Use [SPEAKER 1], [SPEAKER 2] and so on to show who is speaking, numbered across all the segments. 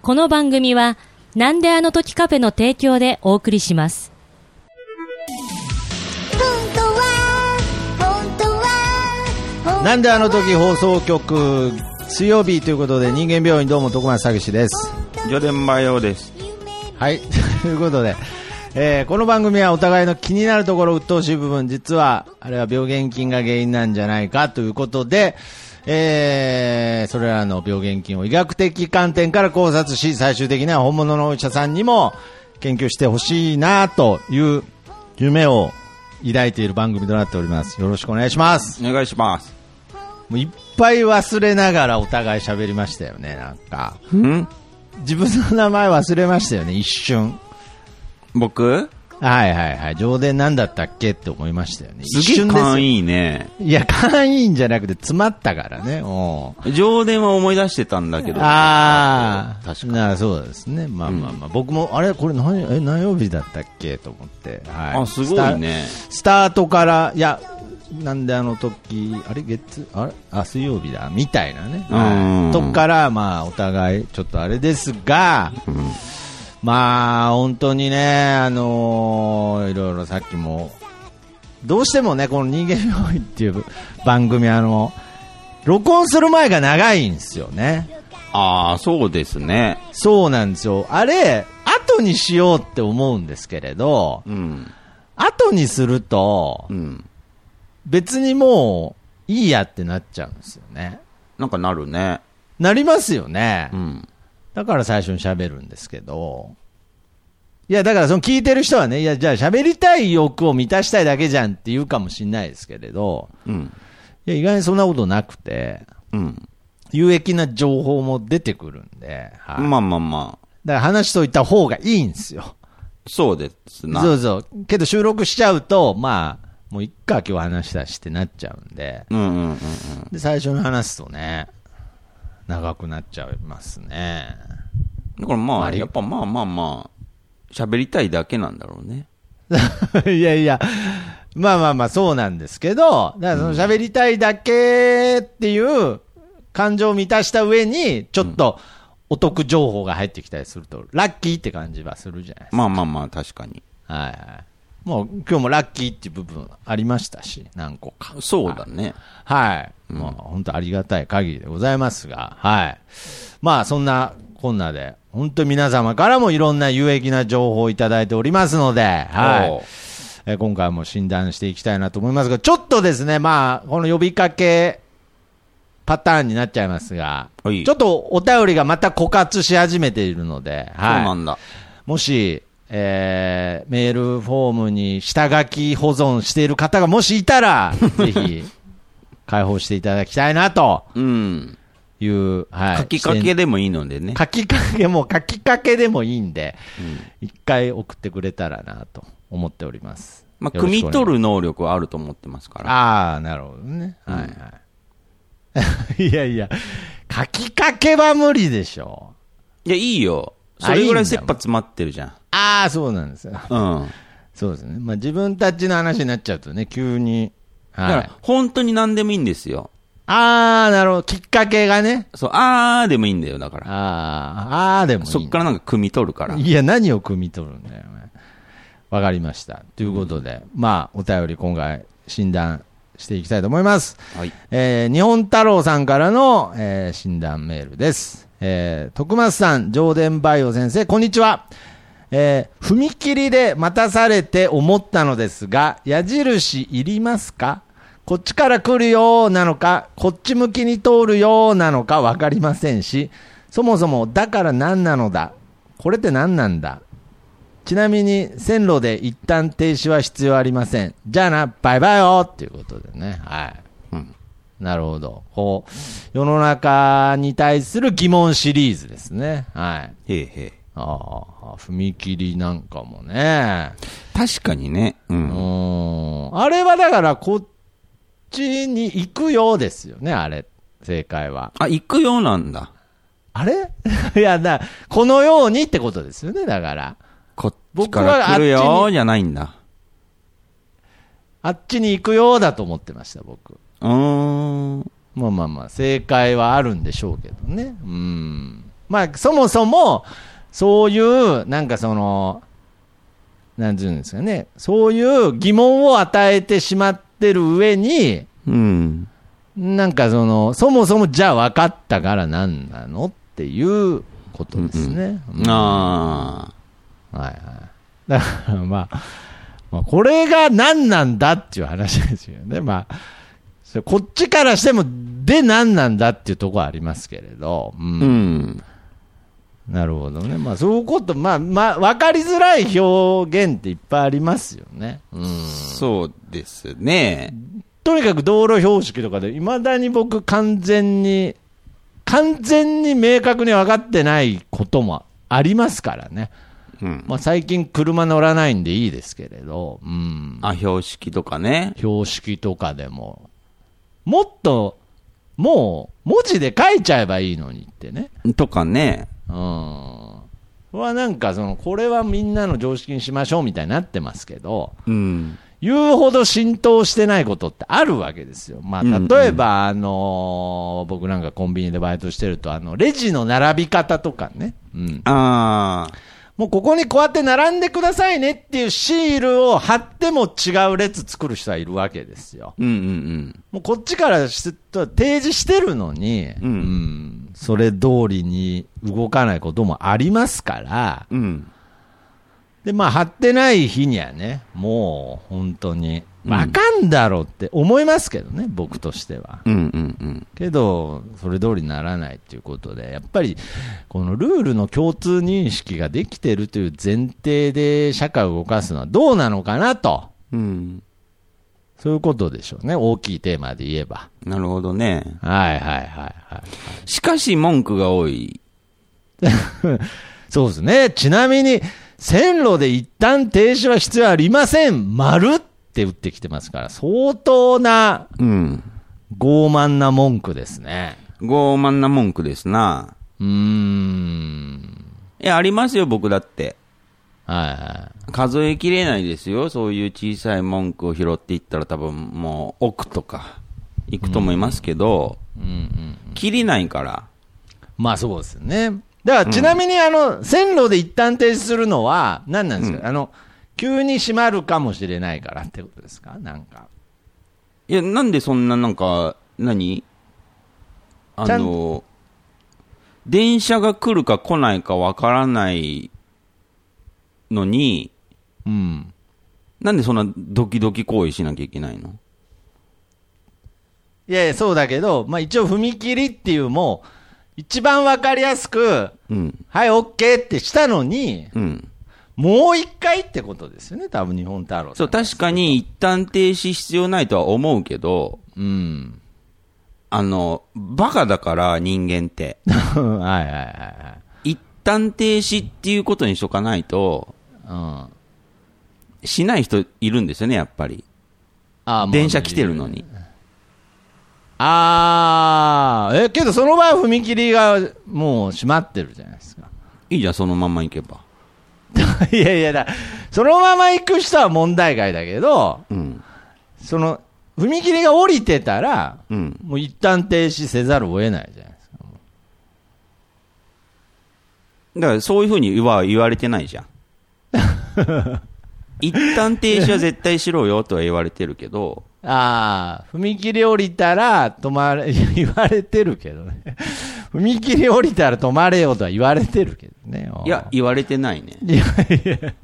[SPEAKER 1] この番組は、なんであの時カフェの提供でお送りします。
[SPEAKER 2] 本当は本当は本当は
[SPEAKER 3] なんであの時放送局水曜日ということで人間病院どうも徳松詐欺師です
[SPEAKER 4] ジョマヨです。
[SPEAKER 3] はい ということで、えーこの番組はお互いの気になるところ鬱陶しい部分実はあれは病原菌が原因なんじゃないかということでえーそれらの病原菌を医学的観点から考察し最終的には本物のお医者さんにも研究してほしいなという夢を抱いている番組となっておりますよろしくお願いします
[SPEAKER 4] お願いします。
[SPEAKER 3] もういっぱい忘れながらお互い喋りましたよね、なんか。
[SPEAKER 4] ん
[SPEAKER 3] 自分の名前忘れましたよね、一瞬。
[SPEAKER 4] 僕
[SPEAKER 3] はいはいはい。上田何だったっけって思いましたよね。一
[SPEAKER 4] すげえ
[SPEAKER 3] 瞬ですよ
[SPEAKER 4] 勘いいね。
[SPEAKER 3] いや、簡易じゃなくて詰まったからね。おう
[SPEAKER 4] 上電は思い出してたんだけど。
[SPEAKER 3] ああ、
[SPEAKER 4] 確
[SPEAKER 3] かなそうですね。まあまあまあ、僕も、あれこれ何、え、何曜日だったっけと思って。はい。
[SPEAKER 4] あすごいね
[SPEAKER 3] スタ。スタートから、いや、なんであの時、あれ月、あれあ、水曜日だ、みたいなね。
[SPEAKER 4] うん
[SPEAKER 3] とっから、まあ、お互い、ちょっとあれですが、まあ、本当にね、あのーいろいろさっきも、どうしてもね、この人間病院っていう番組、あの、録音する前が長いんですよね。
[SPEAKER 4] あー、そうですね。
[SPEAKER 3] そうなんですよ。あれ、後にしようって思うんですけれど、
[SPEAKER 4] うん。
[SPEAKER 3] 後にすると
[SPEAKER 4] う、ん。
[SPEAKER 3] 別にもう、いいやってなっちゃうんですよね。
[SPEAKER 4] なんかなるね。
[SPEAKER 3] なりますよね。
[SPEAKER 4] うん。
[SPEAKER 3] だから最初に喋るんですけど、いや、だからその聞いてる人はね、いや、じゃあ喋りたい欲を満たしたいだけじゃんって言うかもしれないですけれど、
[SPEAKER 4] うん。
[SPEAKER 3] いや、意外にそんなことなくて、
[SPEAKER 4] うん。
[SPEAKER 3] 有益な情報も出てくるんで、はい。
[SPEAKER 4] まあまあまあ。
[SPEAKER 3] だから話しといた方がいいんですよ。
[SPEAKER 4] そうですな。
[SPEAKER 3] そうそう。けど収録しちゃうと、まあ、もういっか、今日話したしってなっちゃうんで、
[SPEAKER 4] うんうんうんうん。
[SPEAKER 3] で、最初に話すとね、長くなっちゃいますね。
[SPEAKER 4] だからま
[SPEAKER 3] あ
[SPEAKER 4] あ、
[SPEAKER 3] れ
[SPEAKER 4] やっぱまあまあまあ、喋りたいだけなんだろうね。
[SPEAKER 3] いやいや、まあまあまあ、そうなんですけど、だからその喋りたいだけっていう感情を満たした上に、ちょっとお得情報が入ってきたりすると、ラッキーって感じはするじゃないですか。
[SPEAKER 4] まあまあまあ、確かに。
[SPEAKER 3] はいはい。もう今日もラッキーっていう部分ありましたし、何個か。
[SPEAKER 4] そうだね。
[SPEAKER 3] はい。まあ、本当ありがたい限りでございますが、はい。まあ、そんなこんなで、本当皆様からもいろんな有益な情報をいただいておりますので、はい
[SPEAKER 4] おう。
[SPEAKER 3] えー今回も診断していきたいなと思いますが、ちょっとですね、まあ、この呼びかけパターンになっちゃいますが、
[SPEAKER 4] はい
[SPEAKER 3] ちょっとお便りがまた枯渇し始めているので、はい。
[SPEAKER 4] そうなんだ。
[SPEAKER 3] もし、えーメールフォームに下書き保存している方がもしいた ら、ぜひ、開放していただきたいなと
[SPEAKER 4] うん。
[SPEAKER 3] いう、はい。
[SPEAKER 4] 書きかけでもいいのでね。
[SPEAKER 3] 書きかけも、書きかけでもいいんで、一回送ってくれたらなと思っております。
[SPEAKER 4] まあ、
[SPEAKER 3] よろ
[SPEAKER 4] 汲
[SPEAKER 3] し
[SPEAKER 4] み
[SPEAKER 3] くお願い
[SPEAKER 4] 取る能力はあると思ってますから。
[SPEAKER 3] ああ、なるほどね。はい はい。いやいや、書きかけは無理でしょう。
[SPEAKER 4] いや、いいよ。
[SPEAKER 3] あ
[SPEAKER 4] それぐら
[SPEAKER 3] いいんだ
[SPEAKER 4] い切羽詰まってるじゃん。
[SPEAKER 3] ああ、そうなんですよ。
[SPEAKER 4] うん。
[SPEAKER 3] そうですね。まあ自分たちの話になっちゃうとね、急に。
[SPEAKER 4] だか
[SPEAKER 3] はい
[SPEAKER 4] ら、。本当に何でもいいんですよ。
[SPEAKER 3] ああ、なるほど。きっかけがね。
[SPEAKER 4] そう、あーでもいいんだよ、だから。
[SPEAKER 3] ああ、ああでもいい。
[SPEAKER 4] そっからなんか汲み取るから。
[SPEAKER 3] いや、何を汲み取るんだよ、お前わかりました。ということで、まあ、お便り今回、診断していきたいと思います。
[SPEAKER 4] はい。
[SPEAKER 3] えー日本太郎さんからの、えー診断メールです。えー徳松さん、上田バイオ先生、こんにちは。えー踏切で待たされて思ったのですが、矢印いりますかこっちから来るよーなのか、こっち向きに通るよーなのか分かりませんし、そもそもだから何なのだ、これって何なんだ、ちなみに線路で一旦停止は必要ありません。じゃあな、バイバイよっていうことでね。はい。
[SPEAKER 4] うん。
[SPEAKER 3] なるほど。こう、世の中に対する疑問シリーズですね。はい。
[SPEAKER 4] へえへえ。
[SPEAKER 3] ああ、踏切なんかもね。
[SPEAKER 4] 確かにね。う。
[SPEAKER 3] うんーん。あれはだから、こっちに行くようですよね、あれ。正解は。
[SPEAKER 4] あ、行くようなんだ。
[SPEAKER 3] あれ いや、だ、このようにってことですよね、だから。
[SPEAKER 4] こっち
[SPEAKER 3] 僕
[SPEAKER 4] か
[SPEAKER 3] は
[SPEAKER 4] ら
[SPEAKER 3] あっ
[SPEAKER 4] 来
[SPEAKER 3] ちに
[SPEAKER 4] るよじゃないんだ。
[SPEAKER 3] あっちに行くようだと思ってました、僕。
[SPEAKER 4] うーん。
[SPEAKER 3] まあまあまあ、正解はあるんでしょうけどね。うん。まあ、そもそも、そういう、なんかその、なんていうんですかね、そういう疑問を与えてしまってる上に、
[SPEAKER 4] うん。
[SPEAKER 3] なんかその、そもそもじゃあ分かったから何なのっていうことですね。うん
[SPEAKER 4] ああ。
[SPEAKER 3] はいはい。だからまあ、 まあ、これが何なんだっていう話ですよね。まあ、そうこっちからしても、で何なんだっていうところはありますけれど。うん
[SPEAKER 4] うん。
[SPEAKER 3] なるほどね。まあ、そういうこと、まあ、まあ、わかりづらい表現っていっぱいありますよね。うん。
[SPEAKER 4] そうですね。
[SPEAKER 3] とにかく道路標識とかで、いまだに僕、完全に、完全に明確に分かってないこともありますからね。
[SPEAKER 4] うん。
[SPEAKER 3] まあ、最近車乗らないんでいいですけれど、うん。
[SPEAKER 4] あ、標識とかね。
[SPEAKER 3] 標識とかでも。もっと、もう、文字で書いちゃえばいいのにってね。
[SPEAKER 4] とかね。
[SPEAKER 3] うん。はなんかその、これはみんなの常識にしましょうみたいになってますけど、
[SPEAKER 4] うん。
[SPEAKER 3] 言うほど浸透してないことってあるわけですよ。まあ、
[SPEAKER 4] うんうん
[SPEAKER 3] 例えば、あのー僕なんかコンビニでバイトしてると、あの、レジの並び方とかね。うん。
[SPEAKER 4] ああ。
[SPEAKER 3] もうここにこうやって並んでくださいねっていうシールを貼っても違う列作る人はいるわけですよ。
[SPEAKER 4] うんうん
[SPEAKER 3] もうこっちからすると提示してるのに、
[SPEAKER 4] うん
[SPEAKER 3] んそれ通りに動かないこともありますから、
[SPEAKER 4] うん。うん。
[SPEAKER 3] で、まあ、貼ってない日にはね、もう本当に、
[SPEAKER 4] うん
[SPEAKER 3] わかんだろうって思いますけどね、僕としては。
[SPEAKER 4] うんうん
[SPEAKER 3] けど、それ通りにならないっていうことで、やっぱり、このルールの共通認識ができてるという前提で社会を動かすのはどうなのかなと、
[SPEAKER 4] うん。うん。
[SPEAKER 3] そういうことでしょうね、大きいテーマで言えば。
[SPEAKER 4] なるほどね。
[SPEAKER 3] はいはいはいはい。
[SPEAKER 4] しかし文句が多い。
[SPEAKER 3] そうですね。ちなみに、線路で一旦停止は必要ありません。丸って打ってきてますから、相当な
[SPEAKER 4] うん。
[SPEAKER 3] 傲慢な文句ですね。
[SPEAKER 4] 傲慢な文句ですな。
[SPEAKER 3] うーん。
[SPEAKER 4] いや、ありますよ、僕だって。
[SPEAKER 3] はいはい。
[SPEAKER 4] 数えきれないですよ。そういう小さい文句を拾っていったら多分もう億とかいくと思いますけど、きりないから。
[SPEAKER 3] まあそうですね。だからちなみに、あの、線路で一旦停止するのは、何なんですか、あの、急に閉まるかもしれないからってことですかなんか。
[SPEAKER 4] いや、なんでそんななんか、何あ
[SPEAKER 3] ちゃん
[SPEAKER 4] の、電車が来るか来ないかわからないのに、
[SPEAKER 3] うん。
[SPEAKER 4] なんでそんなドキドキ行為しなきゃいけないの
[SPEAKER 3] いやいや、そうだけど、まあ一応踏切っていうもう、一番わかりやすく、
[SPEAKER 4] うん。
[SPEAKER 3] はい、オッケーってしたのに、
[SPEAKER 4] うん。
[SPEAKER 3] もう一回ってことですよね、多分日本太郎
[SPEAKER 4] そう、確かに一旦停止必要ないとは思うけど、
[SPEAKER 3] う。うん。
[SPEAKER 4] あの、バカだから人間って。
[SPEAKER 3] はいはいはいはい。
[SPEAKER 4] 一旦停止っていうことにしとかないと、
[SPEAKER 3] うん。あ
[SPEAKER 4] しない人いるんですよね、やっぱり。
[SPEAKER 3] あ
[SPEAKER 4] 電車来てるの。に。
[SPEAKER 3] ああ、え、けどその場合踏切がもう閉まってるじゃないですか。
[SPEAKER 4] いいじゃん、そのまま行けば。
[SPEAKER 3] いやいやだ、そのまま行く人は問題外だけど、
[SPEAKER 4] うん。
[SPEAKER 3] その、踏切が降りてたら、
[SPEAKER 4] うん。
[SPEAKER 3] もう一旦停止せざるを得ないじゃないですか。
[SPEAKER 4] だから、そういうふうには言われてな いじゃん。一旦停止は絶対しろよとは言われてるけど、
[SPEAKER 3] ああ、踏切降りたら止まれ、言われてるけどね。 踏切降りたら止まれよとは言われてるけどね。
[SPEAKER 4] いや、言われてないね。
[SPEAKER 3] いやいや。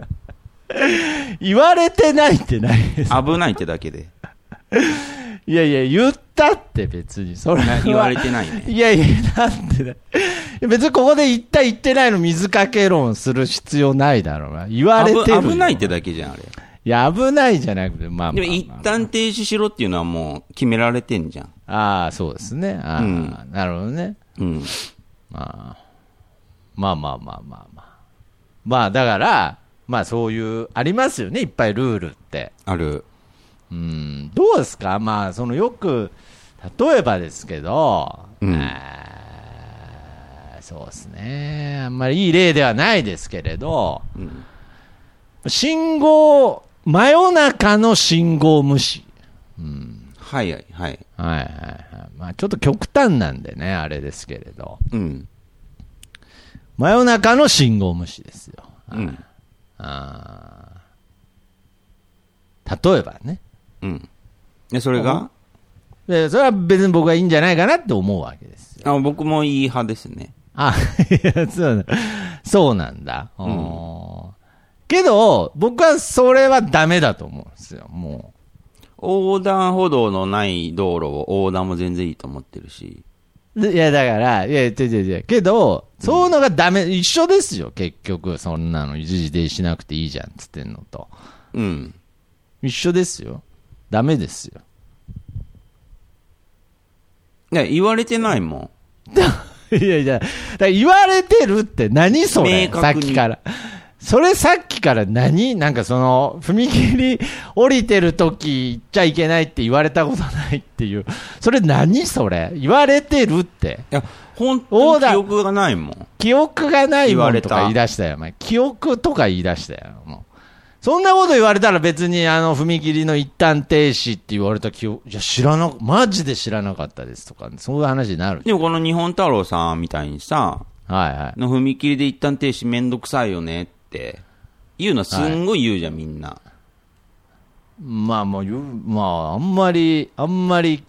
[SPEAKER 3] 言われてないってないです。
[SPEAKER 4] 危ないってだけで。
[SPEAKER 3] いやいや、言ったって別に、それは。
[SPEAKER 4] 言われてないね。
[SPEAKER 3] いやいや、なんでだいや別にここで言った言ってないの水かけ論する必要ないだろうな。言われてるよ。
[SPEAKER 4] 危危ないってだけじゃん、あれ。
[SPEAKER 3] いや、危ないじゃなくて、まあまあまあ、
[SPEAKER 4] でも一旦停止しろっていうのはもう決められてんじゃん。
[SPEAKER 3] ああ、そうですね。ああ、
[SPEAKER 4] うん
[SPEAKER 3] なるほどね。
[SPEAKER 4] うん。
[SPEAKER 3] まあ、まあまあまあまあまあ。まあだから、まあそういう、ありますよね、いっぱいルールって。
[SPEAKER 4] ある。
[SPEAKER 3] うん、どうですかまあ、そのよく、例えばですけど、
[SPEAKER 4] うん
[SPEAKER 3] あーそうですね。あんまりいい例ではないですけれど、
[SPEAKER 4] うん。
[SPEAKER 3] 信号、真夜中の信号無視。
[SPEAKER 4] はいはいはい。
[SPEAKER 3] はいはいはい。まあちょっと極端なんでね、あれですけれど。
[SPEAKER 4] うん。
[SPEAKER 3] 真夜中の信号無視ですよ。
[SPEAKER 4] うん。
[SPEAKER 3] あー例えばね。
[SPEAKER 4] うん。で、それが、
[SPEAKER 3] で、それは別に僕はいいんじゃないかなって思うわけですよ。
[SPEAKER 4] あ僕もいい派ですね。
[SPEAKER 3] あ、いや、そうだ。そうなんだ。うんん、けど、僕はそれはダメだと思うんですよ、も
[SPEAKER 4] 横断歩道のない道路を横断も全然いいと思ってるし。
[SPEAKER 3] う。でいや、だから、いや、違う違う違う。けど、そういうのがダメ、一緒ですよ、結局。そんなの一時停止しなくていいじゃん、つってんのと。
[SPEAKER 4] うん。
[SPEAKER 3] 一緒ですよ。ダメですよ。
[SPEAKER 4] いや、言われてないもん。
[SPEAKER 3] いやいや、だから言われてるって何それ
[SPEAKER 4] 明
[SPEAKER 3] さっ
[SPEAKER 4] 確に
[SPEAKER 3] きから。それさっきから何なんかその、踏切降りてる時行っちゃいけないって言われたことないっていう。それ何それ言われてるって。
[SPEAKER 4] いや、本
[SPEAKER 3] 横
[SPEAKER 4] 当に
[SPEAKER 3] 断
[SPEAKER 4] 記憶がないもん。
[SPEAKER 3] 記憶がないもんと
[SPEAKER 4] 言われ
[SPEAKER 3] か
[SPEAKER 4] た
[SPEAKER 3] 言い出したよ。お前記憶とか言い出したよ。もう。そんなこと言われたら別にあの踏切の一旦停止って言われた記憶、いや知らな、マジで知らなかったですとか、そういう話になる。
[SPEAKER 4] でもこの日本太郎さんみたいにさ、
[SPEAKER 3] はいはい。
[SPEAKER 4] の踏切で一旦停止めんどくさいよねって、言うのすんごい言うじゃん、みんな。
[SPEAKER 3] まあもう言う、まああんまり、あんまり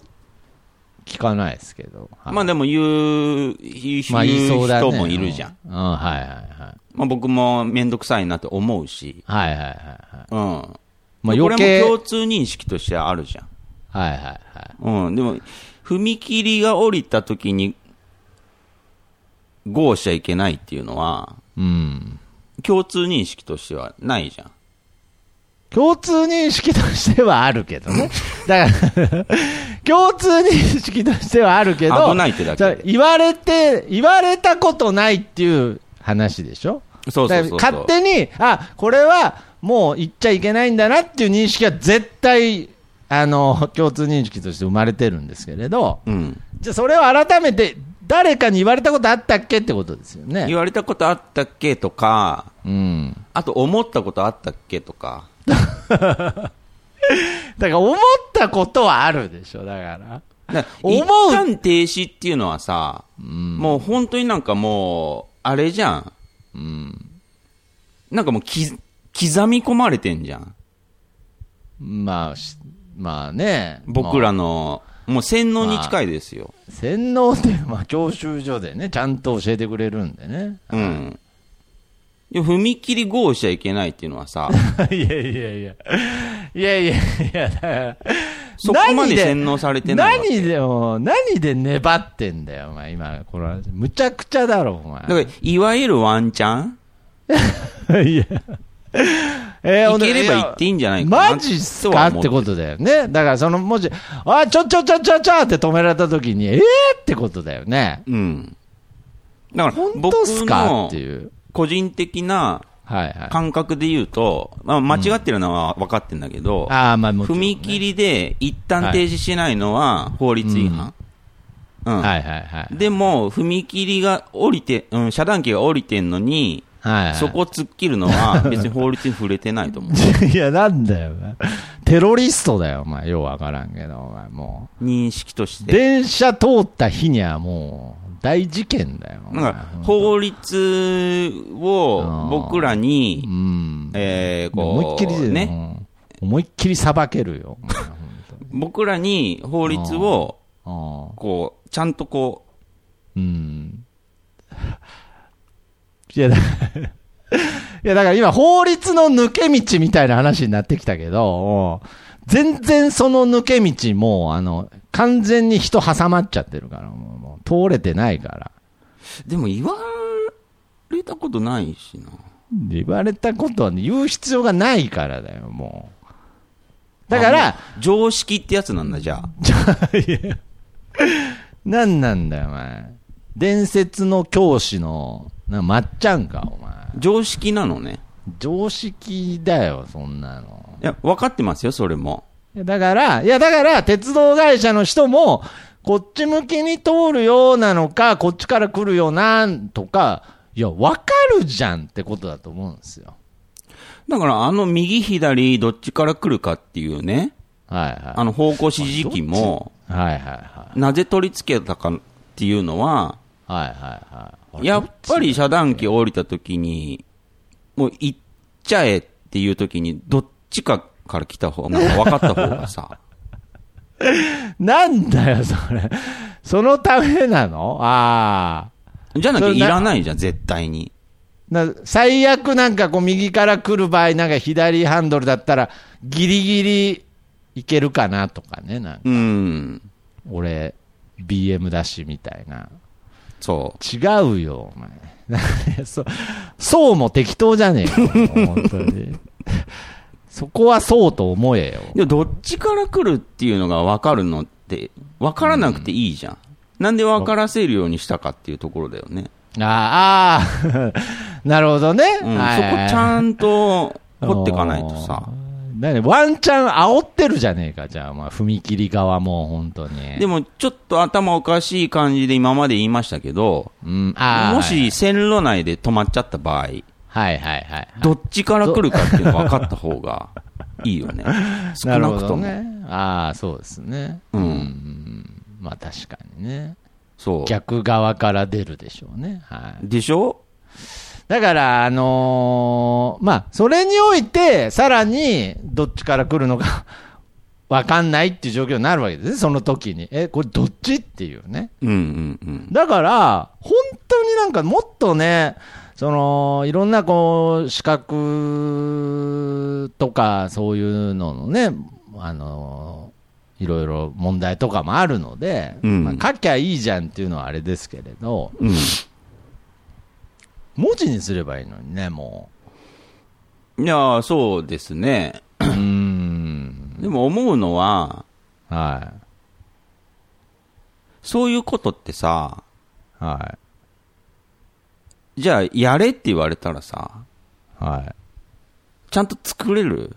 [SPEAKER 3] 聞かないですけど。はい
[SPEAKER 4] まあでも言う、言う
[SPEAKER 3] まあ
[SPEAKER 4] 言う人も
[SPEAKER 3] ね
[SPEAKER 4] いるじゃん。。
[SPEAKER 3] うん、うんはいはいはい。
[SPEAKER 4] まあ僕もめんどくさいなって思うし。
[SPEAKER 3] はいはいはいはい。
[SPEAKER 4] うん。
[SPEAKER 3] まあ
[SPEAKER 4] こ
[SPEAKER 3] 余
[SPEAKER 4] れ
[SPEAKER 3] 計、
[SPEAKER 4] も
[SPEAKER 3] はい
[SPEAKER 4] 共通認識としてあるじゃん。
[SPEAKER 3] はいはい。
[SPEAKER 4] うん。でも、踏切が降りた時に、ゴーしちゃいけないっていうのは、
[SPEAKER 3] うん。
[SPEAKER 4] 共通認識としてはないじゃん。
[SPEAKER 3] 共通認識としてはあるけど ね。だから、共通認識としてはあるけど、
[SPEAKER 4] 危ないってだけ
[SPEAKER 3] じゃあ言われて、言われたことないっていう話でしょ
[SPEAKER 4] そうそうそうそう。
[SPEAKER 3] だから勝手に、あこれはもう言っちゃいけないんだなっていう認識は絶対あの共通認識として生まれてるんですけれど、
[SPEAKER 4] うん。
[SPEAKER 3] じゃあそれを改めて、誰かに言われたことあったっけってことですよね
[SPEAKER 4] 言。われたことあったっけとか、
[SPEAKER 3] うん、
[SPEAKER 4] あと思ったことあったっけとか。
[SPEAKER 3] だから思ったことはあるでしょ、だから。
[SPEAKER 4] だから
[SPEAKER 3] 思う
[SPEAKER 4] 一旦停止っていうのはさ、もう本当になんかもう、あれじゃん。なんかもうき、刻み込まれてんじゃん。
[SPEAKER 3] まあ、しまあね、
[SPEAKER 4] 僕ら
[SPEAKER 3] ま
[SPEAKER 4] の、もう洗脳に近いですよ。
[SPEAKER 3] あ洗脳っていうのは教習所でね、ちゃんと教えてくれるんでね。
[SPEAKER 4] うん。で踏切ゴーしちゃいけないっていうの はさ、
[SPEAKER 3] いやいやいや、いやいやいや、だから
[SPEAKER 4] そこまで
[SPEAKER 3] 何
[SPEAKER 4] 洗脳されてないわけ。
[SPEAKER 3] 何でも、何で粘ってんだよ、お前、今、これ、むちゃくちゃだろ、お前。
[SPEAKER 4] だから、いわゆるワンチャン
[SPEAKER 3] いや。え
[SPEAKER 4] いければ行っていいんじゃないかな
[SPEAKER 3] マジっす
[SPEAKER 4] と
[SPEAKER 3] か
[SPEAKER 4] は
[SPEAKER 3] っ
[SPEAKER 4] 思
[SPEAKER 3] てことだよね。だから、その、もし、あ、ちょちょちょちょちょって止められたときに、えーってことだよね。
[SPEAKER 4] うん。だから、
[SPEAKER 3] 本
[SPEAKER 4] 僕
[SPEAKER 3] 当っすか
[SPEAKER 4] の
[SPEAKER 3] っていう。
[SPEAKER 4] 個人的な
[SPEAKER 3] はいはい。
[SPEAKER 4] 感覚で言うと、まあ、間違ってるのは分かってんだけど、
[SPEAKER 3] ああ、まあ、もちろんね
[SPEAKER 4] 踏切で一旦停止しないのは法律違反。う
[SPEAKER 3] は
[SPEAKER 4] ん。
[SPEAKER 3] いはいはい。
[SPEAKER 4] でも、踏切が降りて、うん、遮断機が降りてんのに、
[SPEAKER 3] はい、はい。
[SPEAKER 4] そこを突っ切るのは別に法律に触れてないと思う。
[SPEAKER 3] いや、なんだよ、お前テロリストだよ、お前。ようわからんけど、お前、も
[SPEAKER 4] 認識とし
[SPEAKER 3] う。
[SPEAKER 4] て。
[SPEAKER 3] 電車通った日にはもう、大事件だよ。お前
[SPEAKER 4] なんか法律を僕ら
[SPEAKER 3] う
[SPEAKER 4] に、
[SPEAKER 3] ん。
[SPEAKER 4] えー、
[SPEAKER 3] 思い
[SPEAKER 4] こ
[SPEAKER 3] っきり
[SPEAKER 4] う、
[SPEAKER 3] で、
[SPEAKER 4] ね、
[SPEAKER 3] うん思いっきりさばけるよ。
[SPEAKER 4] 僕らに法律を、
[SPEAKER 3] ああ
[SPEAKER 4] こう、ちゃんとこ
[SPEAKER 3] うん。 いや、だ いやだから今、法律の抜け道みたいな話になってきたけど、全然その抜け道もう、あの、完全に人挟まっちゃってるから、もうもう通れてないから。
[SPEAKER 4] う、でも言われたことないしな。
[SPEAKER 3] 言われたことは、言う必要がないからだよ、もう。だから、
[SPEAKER 4] あ、もう常識ってやつなんだ、じゃあ。
[SPEAKER 3] なんなんだよ、お前。伝説の教師の、な、まっちゃんか、お前。
[SPEAKER 4] 常識なの ね。
[SPEAKER 3] 常識だよ、そんなの。
[SPEAKER 4] いや、分かってますよ、それも。
[SPEAKER 3] いやだから、いや、だから、鉄道会社の人も、こっち向きに通るようなのか、こっちから来るよな、とか、いや、わかるじゃんってことだと思うんですよ。
[SPEAKER 4] だから、あの右左、どっちから来るかっていうね、
[SPEAKER 3] はいはい。
[SPEAKER 4] あの方向指示器も、
[SPEAKER 3] はいはいは
[SPEAKER 4] なぜ取り付けたかっていうのは、
[SPEAKER 3] い。はいはいはい。
[SPEAKER 4] やっぱり遮断機降りた時に、もう行っちゃえっていう時に、どっちかから来た方が、分かった方がさ、
[SPEAKER 3] なんだよ、それ。そのためなのああ。
[SPEAKER 4] じゃなきゃいらないじゃん、絶対に。
[SPEAKER 3] な最悪なんかこう右から来る場合、なんか左ハンドルだったら、ギリギリいけるかなとかね、なんか
[SPEAKER 4] うん。
[SPEAKER 3] 俺、BM だしみたいな。
[SPEAKER 4] そう。
[SPEAKER 3] 違うよ、お前。 なんでそそうも適当じゃねえよ、本当に。そこはそうと思えよ。
[SPEAKER 4] でもどっちから来るっていうのが分かるのって、分からなくていいじゃん。なんで分からせるようにしたかっていうところだよね。
[SPEAKER 3] あー あー、なるほどね。
[SPEAKER 4] うん、そこちゃんと掘っていかないとさ。
[SPEAKER 3] なにワンチャン煽ってるじゃねえか、じゃあ、まあ、踏切側も、本当に。
[SPEAKER 4] でも、ちょっと頭おかしい感じで今まで言いましたけど、
[SPEAKER 3] うん、あー
[SPEAKER 4] もし、線路内で止まっちゃった場合、
[SPEAKER 3] はいはいはい。
[SPEAKER 4] どっちから来るかっていうの分かった方がいいよね。少
[SPEAKER 3] なる
[SPEAKER 4] な
[SPEAKER 3] ほ
[SPEAKER 4] くと
[SPEAKER 3] ど
[SPEAKER 4] も。
[SPEAKER 3] ね。ああ、そうですね。
[SPEAKER 4] うん
[SPEAKER 3] まあ、確かにね。
[SPEAKER 4] そう。
[SPEAKER 3] 逆側から出るでしょうね。はい。
[SPEAKER 4] でしょ
[SPEAKER 3] だから、あのーまあ、それにおいて、さらに、どっちから来るのか、 わかんないっていう状況になるわけですね、その時に。え、これどっちっていうね。
[SPEAKER 4] うんうんうん。
[SPEAKER 3] だから、本当になんかもっとね、そのいろんなこう資格とかそういうののね、あのいろいろ問題とかもあるので、
[SPEAKER 4] うん
[SPEAKER 3] まあ、書きゃいいじゃんっていうのはあれですけれど、
[SPEAKER 4] うん。
[SPEAKER 3] 文字にすればいいのにね、も
[SPEAKER 4] いやー、そうですね。
[SPEAKER 3] う。うーん。
[SPEAKER 4] でも思うのは、
[SPEAKER 3] は
[SPEAKER 4] そういうことってさ、
[SPEAKER 3] い。は
[SPEAKER 4] じゃあやれって言われたらさ、
[SPEAKER 3] い。はい。
[SPEAKER 4] ちゃんと作れる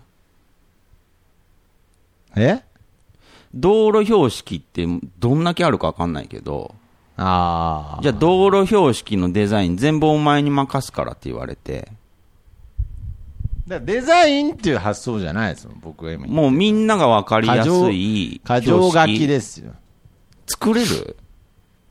[SPEAKER 3] え
[SPEAKER 4] 道路標識ってどんだけあるかわかんないけど、
[SPEAKER 3] ああ。
[SPEAKER 4] じゃあ道路標識のデザイン全部お前に任すからって言われて、
[SPEAKER 3] だからデザインっていう発想じゃないですもん、僕が今言っ
[SPEAKER 4] もうみんながわかりやすい
[SPEAKER 3] た。過剰書
[SPEAKER 4] 標識
[SPEAKER 3] きですよ。
[SPEAKER 4] 作れる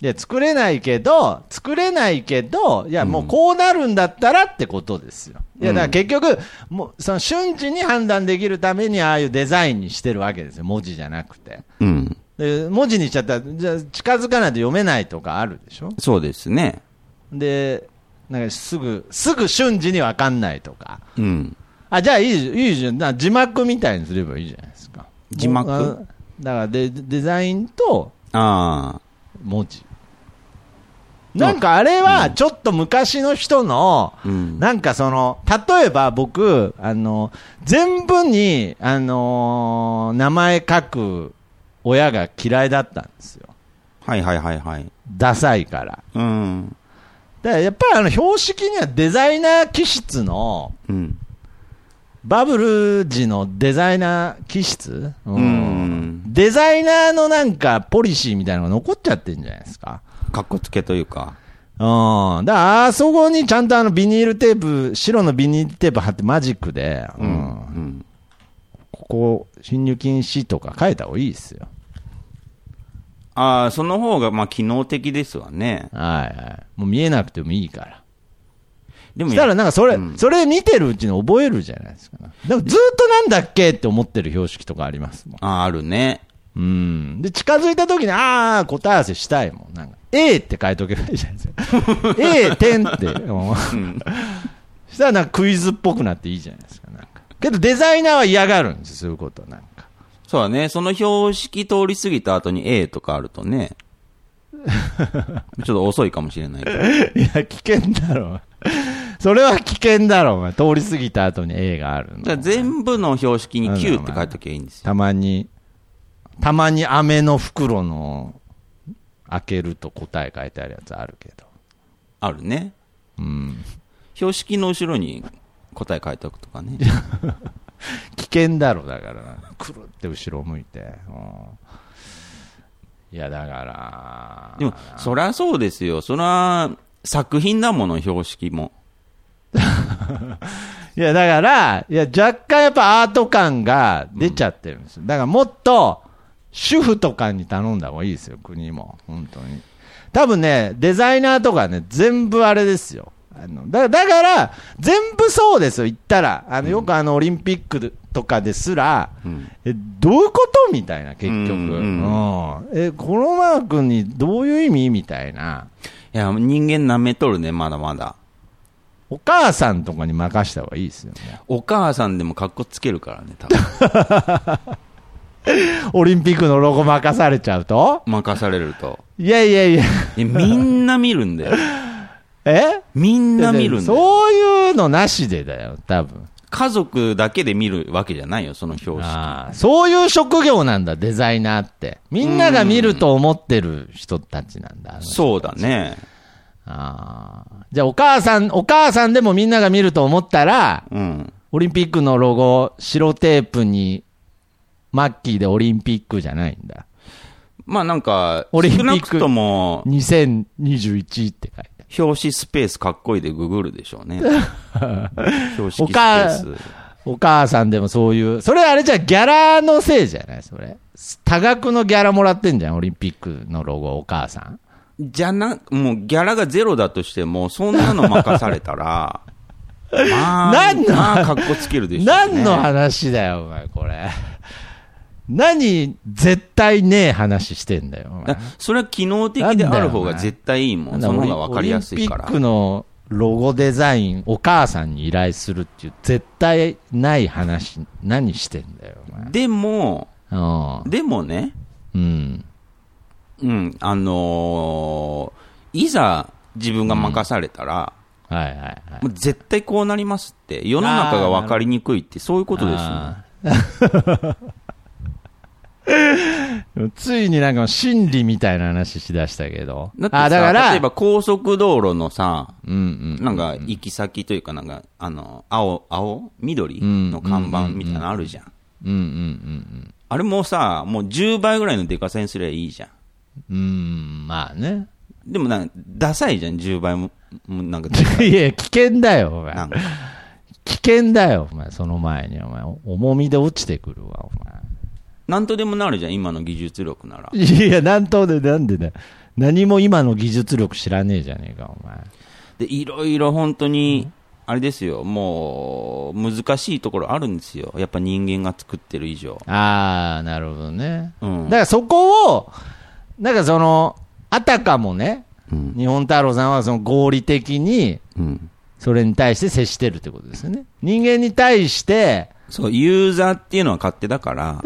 [SPEAKER 3] いや、作れないけど、作れないけど、いや、もうこうなるんだったらってことですよ。いや、だから結局、もう、その瞬時に判断できるために、ああいうデザインにしてるわけですよ。文字じゃなくて。
[SPEAKER 4] うん。
[SPEAKER 3] で文字にしちゃったら、じゃあ近づかないと読めないとかあるでしょ
[SPEAKER 4] そうですね。
[SPEAKER 3] で、なんかすぐ、すぐ瞬時にわかんないとか。
[SPEAKER 4] うん。
[SPEAKER 3] あ、じゃあいいじゃん、いいじゃん。な字幕みたいにすればいいじゃないですか。
[SPEAKER 4] 字幕
[SPEAKER 3] もうあのだからデ、デザインと
[SPEAKER 4] ああ。
[SPEAKER 3] 文字。なんかあれは、ちょっと昔の人の、
[SPEAKER 4] うん。
[SPEAKER 3] なんかその、例えば僕、あの、全部に、あのー名前書く親が嫌いだったんですよ。
[SPEAKER 4] はいはいはいはい。
[SPEAKER 3] ダサいから。
[SPEAKER 4] うん。
[SPEAKER 3] だからやっぱりあの、標識にはデザイナー気質の、
[SPEAKER 4] うん。
[SPEAKER 3] バブル時のデザイナー気質、うん
[SPEAKER 4] うん
[SPEAKER 3] デザイナーのなんかポリシーみたいなのが残っちゃってるんじゃないですか。
[SPEAKER 4] かっこつけというか。
[SPEAKER 3] うん。だから、あそこにちゃんとあのビニールテープ、白のビニールテープ貼ってマジックで、う。
[SPEAKER 4] うんん。うん。
[SPEAKER 3] ここ、侵入禁止とか書いた方がいいですよ。
[SPEAKER 4] ああ、その方が、まあ、機能的ですわね。
[SPEAKER 3] はいはい。もう見えなくてもいいから。
[SPEAKER 4] で
[SPEAKER 3] そ
[SPEAKER 4] も
[SPEAKER 3] し
[SPEAKER 4] や
[SPEAKER 3] たらなんかそれ、
[SPEAKER 4] うん
[SPEAKER 3] それ見てるうちに覚えるじゃないですか、でもずっとなんだっけって思ってる標識とかありますもん。
[SPEAKER 4] ああ、あるね。
[SPEAKER 3] うん。で、近づいた時に、あー、答え合わせしたいもん。なんか、A って書いとけばいいじゃないですか。A 点 って。もうしたらなんかクイズっぽくなっていいじゃないですか。なんか。けどデザイナーは嫌がるんですよ、そういうことなんか。
[SPEAKER 4] そうだね。その標識通り過ぎた後に A とかある とね。ちょっと遅いかもしれないけど。
[SPEAKER 3] いや、危険だろ。それは危険だろ、お前。通り過ぎた後に A があるの。
[SPEAKER 4] じゃあ全部の標識に Q って書いときゃいいんです よ。
[SPEAKER 3] たまに、たまに飴の袋の、開けると答え書いてあるやつあるけど。
[SPEAKER 4] あるね。
[SPEAKER 3] うん。
[SPEAKER 4] 標識の後ろに答え書いておくとかね。
[SPEAKER 3] 危険だろだからくるって後ろ向いて、うん、いやだから
[SPEAKER 4] でも、そりゃそうですよ。そりゃ、作品だもの、標識も。
[SPEAKER 3] いやだからいや若干やっぱアート感が出ちゃってるんですよ、だからもっと主婦とかに頼んだ方がいいですよ国も本当に多分ね、デザイナーとかね、全部あれですよ。あのだだから、全部そうですよ、言ったら。あのよくあのオリンピックとかですら、
[SPEAKER 4] うん
[SPEAKER 3] えどういうことみたいな、結局。う
[SPEAKER 4] うん
[SPEAKER 3] ん
[SPEAKER 4] うん
[SPEAKER 3] え、このマー君にどういう意味みたいな。
[SPEAKER 4] いや、人間舐めとるね、まだまだ。
[SPEAKER 3] お母さんとかに任した方がいいですよね。
[SPEAKER 4] お母さんでも格好つけるからね、多分。
[SPEAKER 3] オリンピックのロゴ任されちゃうと
[SPEAKER 4] 任されると。
[SPEAKER 3] いやいやいや、
[SPEAKER 4] え、みんな見るんだよ。
[SPEAKER 3] え
[SPEAKER 4] みんな見るんだよ。
[SPEAKER 3] そういうのなしでだよ、多分。
[SPEAKER 4] 家族だけで見るわけじゃないよ、その表紙。
[SPEAKER 3] あーそういう職業なんだ、デザイナーって。みんなが見ると思ってる人たちなんだ。あの人
[SPEAKER 4] そうだね。
[SPEAKER 3] あーじゃあ、お母さん、お母さんでもみんなが見ると思ったら、
[SPEAKER 4] うん。
[SPEAKER 3] オリンピックのロゴ、白テープに、マッキーでオリンピックじゃないんだ。
[SPEAKER 4] まあなんか、
[SPEAKER 3] オリンピッ
[SPEAKER 4] 少
[SPEAKER 3] ク
[SPEAKER 4] なくとも、
[SPEAKER 3] 2021って書いてある。
[SPEAKER 4] 表紙スペースかっこいいでググるでしょ うね。表紙スペ
[SPEAKER 3] お母
[SPEAKER 4] ース。
[SPEAKER 3] お母さんでもそういう、それあれじゃギャラのせいじゃないそれ。多額のギャラもらってんじゃん、オリンピックのロゴ、お母さん。
[SPEAKER 4] じゃな、もうギャラがゼロだとしても、そんなの任され たら、まあ、
[SPEAKER 3] 何の
[SPEAKER 4] まあ、かっこつけるでしょう、ね。
[SPEAKER 3] 何の話だよ、お前、これ。何、絶対ねえ話してんだよ、お前
[SPEAKER 4] だそれは機能的である方が絶対いいもん。その方がわかりやすいか
[SPEAKER 3] オリン
[SPEAKER 4] ら
[SPEAKER 3] ピッ。クのロゴデザイン、お母さんに依頼するっていう、絶対ない話、何してんだよ、
[SPEAKER 4] でも、
[SPEAKER 3] お前。
[SPEAKER 4] でもね、
[SPEAKER 3] うん。うん。
[SPEAKER 4] うん、あのーいざ自分が任されたら、
[SPEAKER 3] はいはいはい。
[SPEAKER 4] もう絶対こうなりますって、世の中がわかりにくいって、そういうことですよね
[SPEAKER 3] あ。ーついになんか心理みたいな話しだしたけど。
[SPEAKER 4] だって
[SPEAKER 3] あ
[SPEAKER 4] さ
[SPEAKER 3] ーだから、
[SPEAKER 4] 例えば高速道路のさ、
[SPEAKER 3] うんうん。
[SPEAKER 4] なんか行き先というか、なんか、あの、青、青緑
[SPEAKER 3] ん
[SPEAKER 4] の看板みたいなのあるじゃん。
[SPEAKER 3] うんうん
[SPEAKER 4] あれもさ、もう10倍ぐらいのデカさにすりゃいいじゃん。
[SPEAKER 3] うんうん。うん、まあね。
[SPEAKER 4] でもなんか、ダサいじゃん、10倍も、もうなんか、
[SPEAKER 3] いや、危険だよ、お前
[SPEAKER 4] な。んか、
[SPEAKER 3] 危険だよ、お前。その前に、お前。重みで落ちてくるわ、お
[SPEAKER 4] なんとでもなるじゃん、今の技術力なら。
[SPEAKER 3] 前。いや、なんとで、なんでだよ。何も今の技術力知らねえじゃねえか、お前。
[SPEAKER 4] で、いろいろ本当に、あれですよ、もう、難しいところあるんですよ。やっぱ人間が作ってる以上。
[SPEAKER 3] あー、なるほどね。
[SPEAKER 4] うん
[SPEAKER 3] だからそこを、なんかその、あたかもね、
[SPEAKER 4] うん。
[SPEAKER 3] 日本太郎さんはその合理的に
[SPEAKER 4] うん。
[SPEAKER 3] それに対して接してるってことですよね。人間に対して、
[SPEAKER 4] そう、ユーザーっていうのは勝手だ から、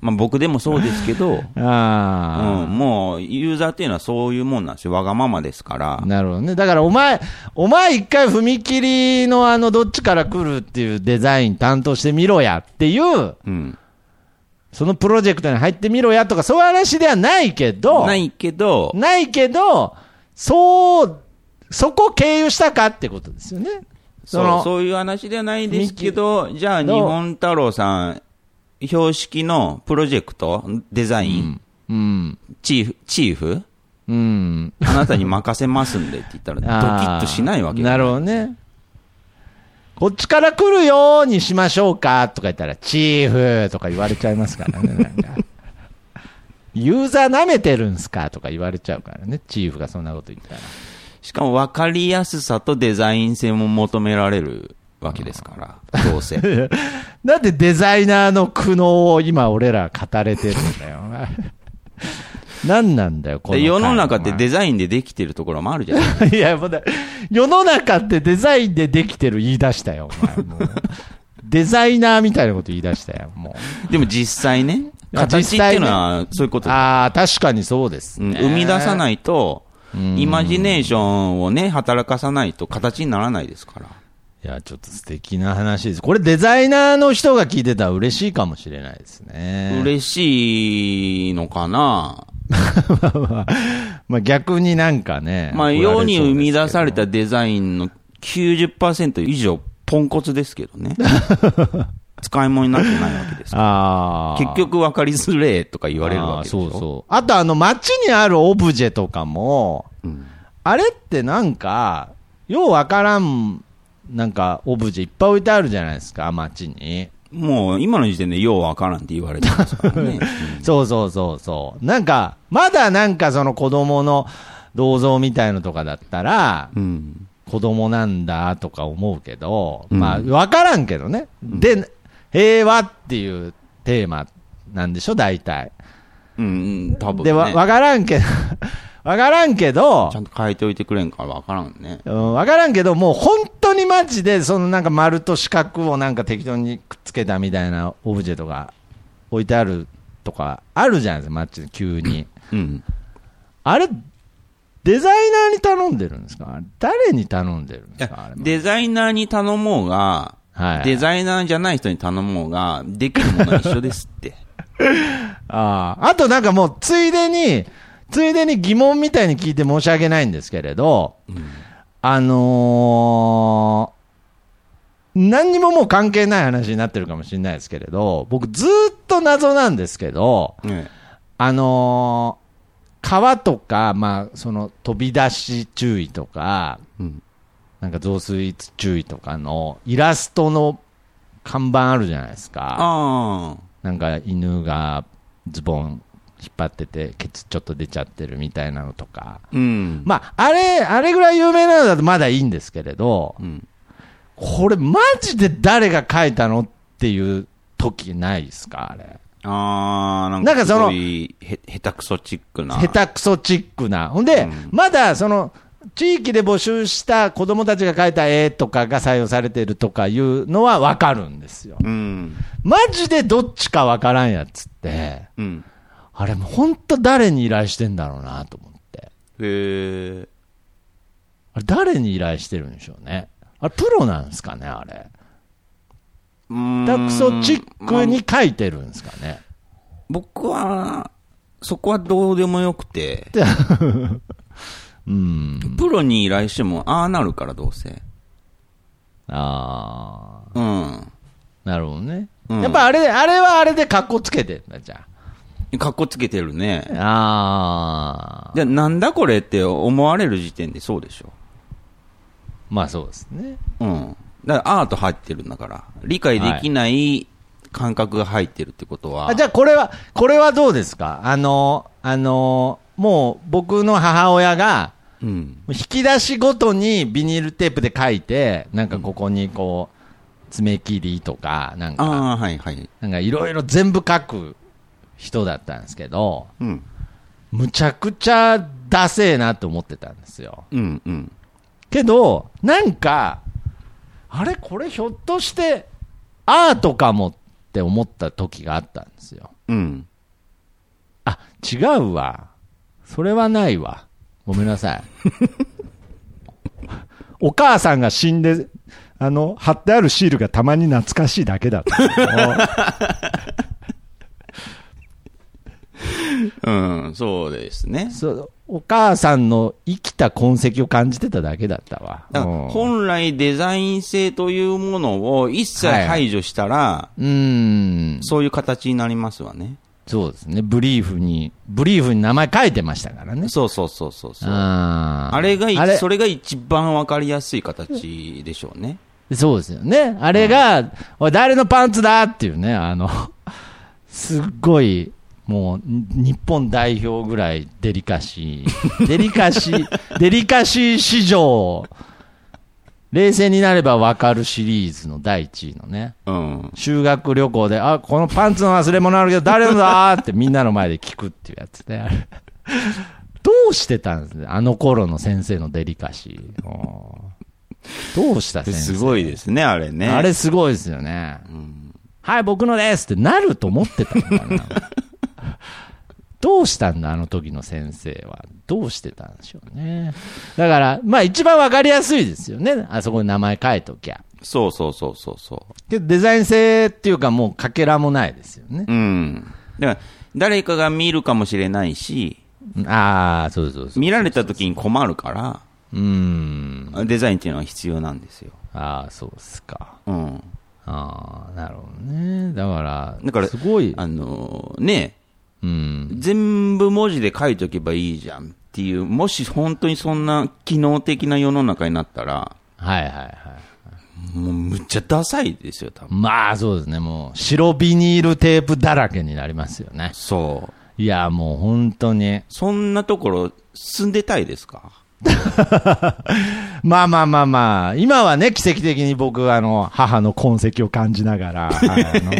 [SPEAKER 4] まあ僕でもそうですけど、うん、
[SPEAKER 3] あ
[SPEAKER 4] もう、ユーザーっていうのはそういうもんなんですよ。わがままですから
[SPEAKER 3] あ、。なるほどね。だからお前、お前一回踏切のあのどっちから来るっていうデザイン担当してみろやっていう、
[SPEAKER 4] うん。
[SPEAKER 3] そのプロジェクトに入ってみろやとかそういう話ではないけど、
[SPEAKER 4] ないけど、
[SPEAKER 3] ないけど、そう、そこ経由したかってことですよね。そ
[SPEAKER 4] そう
[SPEAKER 3] の、
[SPEAKER 4] そういう話ではないですけど、じゃあ、日本太郎さん、標識のプロジェクト、デザイン、
[SPEAKER 3] うん。
[SPEAKER 4] チーフ、チーフ、
[SPEAKER 3] うん。
[SPEAKER 4] あなたに任せますんでって言ったら、ドキ ッとしないわけ
[SPEAKER 3] あーなるほどね。こっちから来るようにしましょうかとか言ったら、チーフとか言われちゃいますから ね、なんか。ユーザー舐めてるんすかとか言われちゃうからね、チーフがそんなこと言ったら。
[SPEAKER 4] しかも分かりやすさとデザイン性も求められるわけですから、ど うせ。
[SPEAKER 3] なんでデザイナーの苦悩を今俺ら語れてるんだよ。 何なんだよ、この
[SPEAKER 4] で
[SPEAKER 3] 会
[SPEAKER 4] 世の中っ
[SPEAKER 3] お
[SPEAKER 4] て
[SPEAKER 3] 前
[SPEAKER 4] デザインでできてるところもあ るじゃない
[SPEAKER 3] いや、もうだ、世の中ってデザインでできてる言い出したよ、お前。もうデザイナーみたいなこと言い出したよ、もう。
[SPEAKER 4] でも実際ね、
[SPEAKER 3] あ
[SPEAKER 4] 形っていうのはそういうことだ
[SPEAKER 3] ああ、確かにそうです、
[SPEAKER 4] うん
[SPEAKER 3] ね。
[SPEAKER 4] 生み出さ
[SPEAKER 3] い。
[SPEAKER 4] ないと、イマジネーションをね、働かさないと形にならないですから。
[SPEAKER 3] いや、ちょっと素敵な話です。これデザイナーの人が聞いてたら嬉しいかもしれないですね。
[SPEAKER 4] 嬉しいのかな
[SPEAKER 3] まあ逆になんかね。
[SPEAKER 4] まあ、
[SPEAKER 3] 怒られそう
[SPEAKER 4] 世
[SPEAKER 3] です
[SPEAKER 4] に
[SPEAKER 3] けど
[SPEAKER 4] 生み出されたデザインの90%以上、ポンコツですけど ね。使い物になってないわけですから。
[SPEAKER 3] ああ。
[SPEAKER 4] 結局分かりづれえとか言われる
[SPEAKER 3] あ
[SPEAKER 4] わ
[SPEAKER 3] あ
[SPEAKER 4] けでし
[SPEAKER 3] そ
[SPEAKER 4] ょ。
[SPEAKER 3] うそう。あとあの街にあるオブジェとかも、
[SPEAKER 4] うん
[SPEAKER 3] あれってなんか、ようわからん、なんか、オブジェいっぱい置いてあるじゃないですか、街に。
[SPEAKER 4] もう今の時点でようわからんって言われてますからね。
[SPEAKER 3] そうそうそうそう。なんか、まだなんかその子供の銅像みたいのとかだったら、
[SPEAKER 4] うん。
[SPEAKER 3] 子供なんだとか思うけど、
[SPEAKER 4] うん
[SPEAKER 3] まあ、わからんけどね。で、平和っていうテーマなんでしょ、大体。
[SPEAKER 4] うん、うん、多分、ね。
[SPEAKER 3] で、わわからんけど、 わからんけど
[SPEAKER 4] ちゃ、んと変えておいてくれんからわからんね。
[SPEAKER 3] うん、わからんけど、もう本当にマジで、そのなんか丸と四角をなんか適当にくっつけたみたいなオブジェとか置いてあるとかあるじゃないですか、マッチで急に。
[SPEAKER 4] うん。
[SPEAKER 3] あれ、デザイナーに頼んでるんですか誰に頼んでるんですかあれも
[SPEAKER 4] デザイナーに頼もうが、
[SPEAKER 3] はい
[SPEAKER 4] デザイナーじゃない人に頼もうが、できるものは一緒です って。
[SPEAKER 3] ああ。あとなんかもう、ついでに、ついでに疑問みたいに聞いて申し訳ないんですけれど、あのー何にももう関係ない話になってるかもしれないですけれど、僕ずーっと謎なんですけど、
[SPEAKER 4] ね
[SPEAKER 3] あのー川とか、まあ、その飛び出し注意とか、
[SPEAKER 4] うん。
[SPEAKER 3] なんか増水注意とかのイラストの看板あるじゃないですか。
[SPEAKER 4] ああ。
[SPEAKER 3] なんか犬がズボン引っ張ってて、ケツちょっと出ちゃってるみたいなのとか。
[SPEAKER 4] うん。
[SPEAKER 3] まあ、あれ、あれぐらい有名なのだとまだいいんですけれど、
[SPEAKER 4] うん。
[SPEAKER 3] これマジで誰が書いたのっていう時ないですかあれ。
[SPEAKER 4] ああ、なん
[SPEAKER 3] なんか
[SPEAKER 4] か
[SPEAKER 3] そ
[SPEAKER 4] す
[SPEAKER 3] の
[SPEAKER 4] ごい、へ、へたくそチックな。
[SPEAKER 3] 下手くそチックな。ほんで、
[SPEAKER 4] うん
[SPEAKER 3] まだその、地域で募集した子供たちが描いた絵とかが採用されてるとかいうのはわかるんですよ。
[SPEAKER 4] うん。
[SPEAKER 3] マジでどっちかわからんやつって、
[SPEAKER 4] うん。
[SPEAKER 3] あれもうほんと誰に依頼してんだろうなと思って。
[SPEAKER 4] へえ。
[SPEAKER 3] あれ誰に依頼してるんでしょうね。あれプロなんですかね、あれ。
[SPEAKER 4] うーん
[SPEAKER 3] ダクソチックに書いてるんですかね。
[SPEAKER 4] 僕は、そこはどうでもよくて、
[SPEAKER 3] うん。
[SPEAKER 4] プロに依頼しても、ああなるからどうせ。
[SPEAKER 3] ああ、
[SPEAKER 4] うん。
[SPEAKER 3] なるほどね。
[SPEAKER 4] うん
[SPEAKER 3] やっぱあれ、あれはあれで格好つけてんだ、じゃ
[SPEAKER 4] かっこつけてるね。
[SPEAKER 3] あ。ああ。
[SPEAKER 4] で、なんだこれって思われる時点でそうでしょ。
[SPEAKER 3] まあそうですね。
[SPEAKER 4] うん。だからアート入ってるんだから。理解できない感覚が入ってるってことは。
[SPEAKER 3] あじゃあこれは、これはどうですかあの、あの、もう僕の母親が、
[SPEAKER 4] うん。
[SPEAKER 3] 引き出しごとにビニールテープで書いて、なんかここにこう、爪切りとか、なんか、
[SPEAKER 4] ああ、はいはい。
[SPEAKER 3] なんかいろいろ全部書く人だったんですけど、
[SPEAKER 4] うん。
[SPEAKER 3] むちゃくちゃダセえなと思ってたんですよ。
[SPEAKER 4] うんうん。
[SPEAKER 3] けど、なんか、あれこれひょっとして、アートかもって思った時があったんですよ。
[SPEAKER 4] うん。
[SPEAKER 3] あ、違うわ。それはないわ。ごめんなさ い。
[SPEAKER 5] お母さんが死んで、あの、貼ってあるシールがたまに懐かしいだけだったんですけど。
[SPEAKER 4] うん、そうですね。
[SPEAKER 3] そうお母さんの生きた痕跡を感じてただけだったわ。
[SPEAKER 4] だから
[SPEAKER 3] うん
[SPEAKER 4] 本来デザイン性というものを一切排除したら、
[SPEAKER 3] うーん、
[SPEAKER 4] そういう形になりますわね。
[SPEAKER 3] そうですね。ブリーフに、ブリーフに名前書いてましたからね。
[SPEAKER 4] そうそうそうそうそう。あ
[SPEAKER 3] あー
[SPEAKER 4] れがい
[SPEAKER 3] あれ
[SPEAKER 4] それが一番わかりやすい形でしょうね。
[SPEAKER 3] そうですよね。あれが、おい、誰のパンツだっていうね、あの、すっごい、もう、日本代表ぐらいデリカシ ー、デリカシー、デリカシー史上、冷静になればわかるシリーズの第一位のね、
[SPEAKER 4] うん。
[SPEAKER 3] 修学旅行で、あ、このパンツの忘れ物あるけど、誰のだーってみんなの前で聞くっていうやつね、あれ。 どうしてたんですね、あの頃の先生のデリカシー。もうどうした先生
[SPEAKER 4] すごいですね、あれね。
[SPEAKER 3] あれすごいですよね。はい、僕のですってなると思ってたのかな。どうしたんだ、あの時の先生は。どうしてたんでしょうね。だから、まあ一番わかりやすいですよね。あそこに名前書いときゃ。
[SPEAKER 4] そうそうそうそうそ
[SPEAKER 3] けどデザイン性っていうかもうかけらもないですよね。
[SPEAKER 4] う。うん。だから、誰かが見るかもしれないし、
[SPEAKER 3] ああ、そうそうそう。
[SPEAKER 4] 見られた時に困るか
[SPEAKER 3] うーん。
[SPEAKER 4] ら、デザインっていうのは必要なんですよ。
[SPEAKER 3] ああ、そうっすか。
[SPEAKER 4] うん。
[SPEAKER 3] ああ、なるほどね。だから、
[SPEAKER 4] だから、
[SPEAKER 3] すごい。
[SPEAKER 4] あのーね、
[SPEAKER 3] うん。
[SPEAKER 4] 全部文字で書いとけばいいじゃんっていう、もし本当にそんな機能的な世の中になったら、
[SPEAKER 3] はいはいはい。
[SPEAKER 4] もうむっちゃダサいですよ、多分。
[SPEAKER 3] まあそうですね、もう白ビニールテープだらけになりますよね。
[SPEAKER 4] そう。
[SPEAKER 3] いや、もう本当に。
[SPEAKER 4] そんなところ、住んでたいですか
[SPEAKER 3] まあまあまあまあ、今はね、奇跡的に僕、あの、母の痕跡を感じながら、はいあの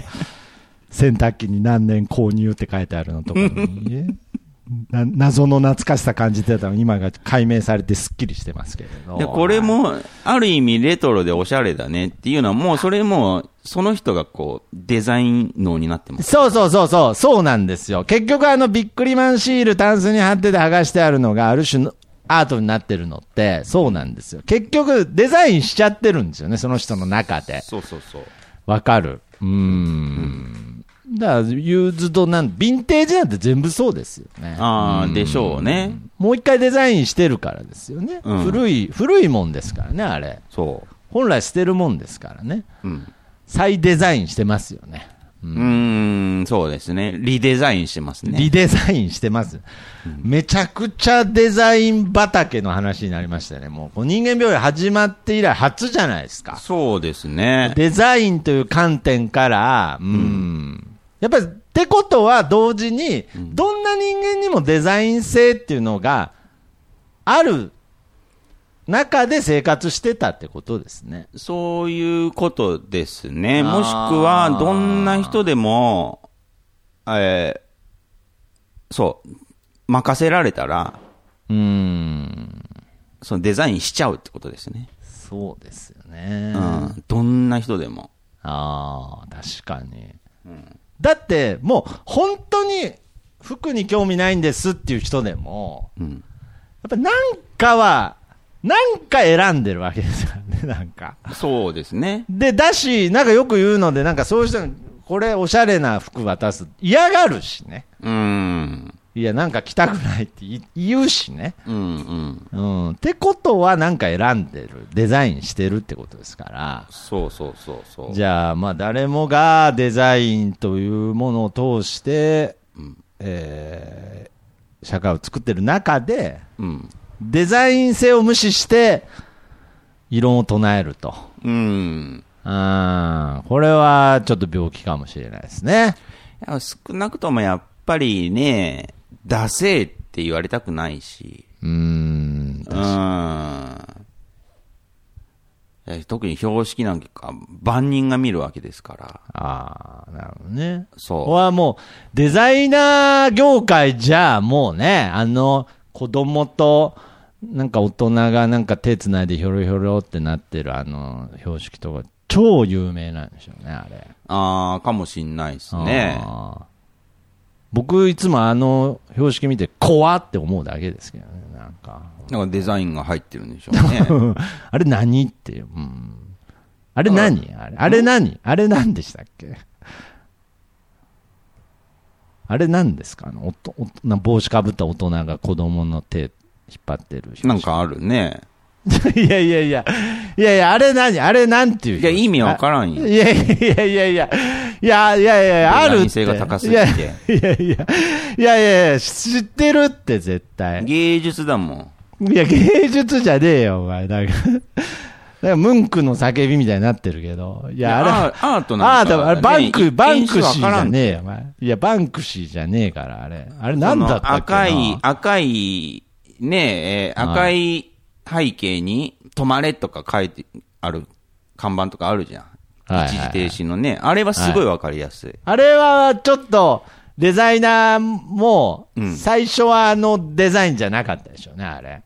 [SPEAKER 3] 洗濯機に何年購入って書いてあるのとかに、な謎の懐かしさ感じてたのに、今が解明されてすっきりしてますけれど。
[SPEAKER 4] でこれも、ある意味レトロでおしゃれだねっていうのは、もうそれも、その人がこう、デザイン脳になってます。
[SPEAKER 3] そうそうそうそう、そうなんですよ。結局あのビックリマンシールタンスに貼ってて剥がしてあるのがある種のアートになってるのって、そうなんですよ。結局デザインしちゃってるんですよね、その人の中で。
[SPEAKER 4] そうそうそう。
[SPEAKER 3] わかる。うーん。だから、ユーズドなん、ヴィンテージなんて全部そうですよね。
[SPEAKER 4] ああ、でしょうね。
[SPEAKER 3] もう一回デザインしてるからですよね。
[SPEAKER 4] うん
[SPEAKER 3] 古い、古いもんですからね、あれ。
[SPEAKER 4] そ
[SPEAKER 3] 本来捨てるもんですからね。
[SPEAKER 4] う。うん。
[SPEAKER 3] 再デザインしてますよね。
[SPEAKER 4] うーん、そうですね。リデザインしてますね。
[SPEAKER 3] リデザインしてます、めちゃくちゃデザイン畑の話になりましたね、もうこう人間病院始まって以来、初じゃないですか、
[SPEAKER 4] そうですね。
[SPEAKER 3] デザインという観点から、うん、やっぱり、ってことは同時に、どんな人間にもデザイン性っていうのがある中で生活してたってことですね。
[SPEAKER 4] そういうことですね。
[SPEAKER 3] あー
[SPEAKER 4] もしくは、どんな人でも、えーそう、任せられたら、
[SPEAKER 3] うん、
[SPEAKER 4] そのデザインしちゃうってことですね。
[SPEAKER 3] そうですよね。
[SPEAKER 4] うん。どんな人でも。
[SPEAKER 3] ああ、確かに。だって、もう本当に服に興味ないんですっていう人でも、
[SPEAKER 4] うん。
[SPEAKER 3] やっぱなんかは、なんか選んでるわけですよね、 なんか。
[SPEAKER 4] そうですね。
[SPEAKER 3] で、だし、なんかよく言うので、なんかそういう人に、これおしゃれな服渡す。嫌がるしね。
[SPEAKER 4] うん。
[SPEAKER 3] いや、なんか着たくないって言い言うしね。
[SPEAKER 4] うんうん。
[SPEAKER 3] うん。ってことは、なんか選んでる。デザインしてるってことですから。
[SPEAKER 4] そうそうそうそう。
[SPEAKER 3] じゃあ、まあ、誰もがデザインというものを通して、えー社会を作ってる中で、
[SPEAKER 4] うん。
[SPEAKER 3] デザイン性を無視して、異論を唱えると。
[SPEAKER 4] うん。
[SPEAKER 3] うん、これはちょっと病気かもしれないですね。
[SPEAKER 4] いや少なくともやっぱりね、ダセーって言われたくないし。
[SPEAKER 3] うん、
[SPEAKER 4] うん。いや特に標識なんか万人が見るわけですから。
[SPEAKER 3] ああ、なるほどね。
[SPEAKER 4] そう
[SPEAKER 3] ここはもう、デザイナー業界じゃ、もうね、あの、子供と、なんか大人がなんか手つないでひょろひょろってなってるあの、標識とか、超有名なんでしょうね、あれ。
[SPEAKER 4] ああ、かもしんないですね。
[SPEAKER 3] あー僕、いつもあの標識見て、怖って思うだけですけどね、なんか。
[SPEAKER 4] なんかデザインが入ってるんでしょう ね。
[SPEAKER 3] あれ何っていう。うん、あれ何あれあれ何あれ何でしたっけあれ何ですかあのおとおとな帽子かぶった大人が子供の手引っ張ってる。
[SPEAKER 4] なん。かあるね。
[SPEAKER 3] いやいやいや。いやいや、あれ何あれ何ていう。
[SPEAKER 4] いや、意味わからんよ。
[SPEAKER 3] いやいやいやいや。いやいやいやいや、あるって。
[SPEAKER 4] デザイン性が高すぎ
[SPEAKER 3] いや
[SPEAKER 4] て
[SPEAKER 3] いやいや。いやいやいや、知ってるって絶対。
[SPEAKER 4] 芸術だもん。
[SPEAKER 3] いや、芸術じゃねえよ、お前。なんか、なんかムンクの叫びみたいになってるけど。いや、あれ、
[SPEAKER 4] アーアート
[SPEAKER 3] あ
[SPEAKER 4] な
[SPEAKER 3] あ
[SPEAKER 4] んだ
[SPEAKER 3] だ、あれ、バンク、バンクシーじゃ
[SPEAKER 4] え。
[SPEAKER 3] ねえよ、お前。いや、バンクシーじゃねえから、あれ。あれ、なんだったっけな
[SPEAKER 4] 赤い、赤い、ねえ、えー赤い背景に、止まれとか書いてある、看板とかあるじゃん。
[SPEAKER 3] はいはい
[SPEAKER 4] 一時停止のね。あれはすごいわかりやすい。
[SPEAKER 3] あれは、ちょっと、デザイナーも
[SPEAKER 4] う、ん
[SPEAKER 3] 最初はあのデザインじゃなかったでしょうね、あれ。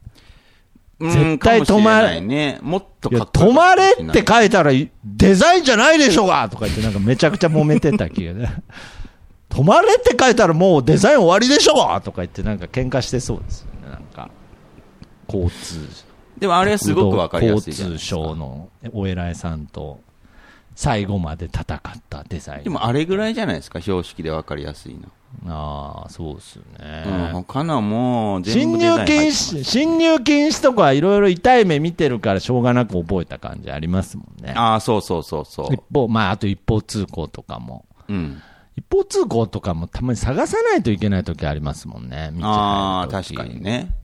[SPEAKER 4] うん
[SPEAKER 3] 絶対止まれ
[SPEAKER 4] かもしれないね。もっと
[SPEAKER 3] いや、
[SPEAKER 4] かっこよ
[SPEAKER 3] 止
[SPEAKER 4] か
[SPEAKER 3] ま
[SPEAKER 4] た
[SPEAKER 3] れ
[SPEAKER 4] かもし
[SPEAKER 3] っ
[SPEAKER 4] ない
[SPEAKER 3] て書いたら、デザインじゃないでしょうがとか言って、なんかめちゃくちゃ揉めてた気が ね。止まれって書いたらもうデザイン終わりでしょうがとか言って、なんか喧嘩してそうですよね、なんか。交通。
[SPEAKER 4] でもあれはすごくわかりやすいじゃん。
[SPEAKER 3] 交通省のお偉いさんと、最後まで戦ったデザイン。
[SPEAKER 4] でもあれぐらいじゃないですか、標識でわかりやすいの。
[SPEAKER 3] ああ、そうっす
[SPEAKER 4] うん、
[SPEAKER 3] ね。
[SPEAKER 4] 他のはもう全
[SPEAKER 3] 侵
[SPEAKER 4] 部デ
[SPEAKER 3] 入
[SPEAKER 4] ザイン入って
[SPEAKER 3] 禁
[SPEAKER 4] ます
[SPEAKER 3] 止、侵入禁止とかいろいろ痛い目見てるからしょうがなく覚えた感じありますもんね。
[SPEAKER 4] ああ、そうそうそうそ
[SPEAKER 3] 一方、まあ、あと一方通行とかも。
[SPEAKER 4] う。うん。
[SPEAKER 3] 一方通行とかもたまに探さないといけない時ありますもんね。道入る時
[SPEAKER 4] ああ、確かに。ね。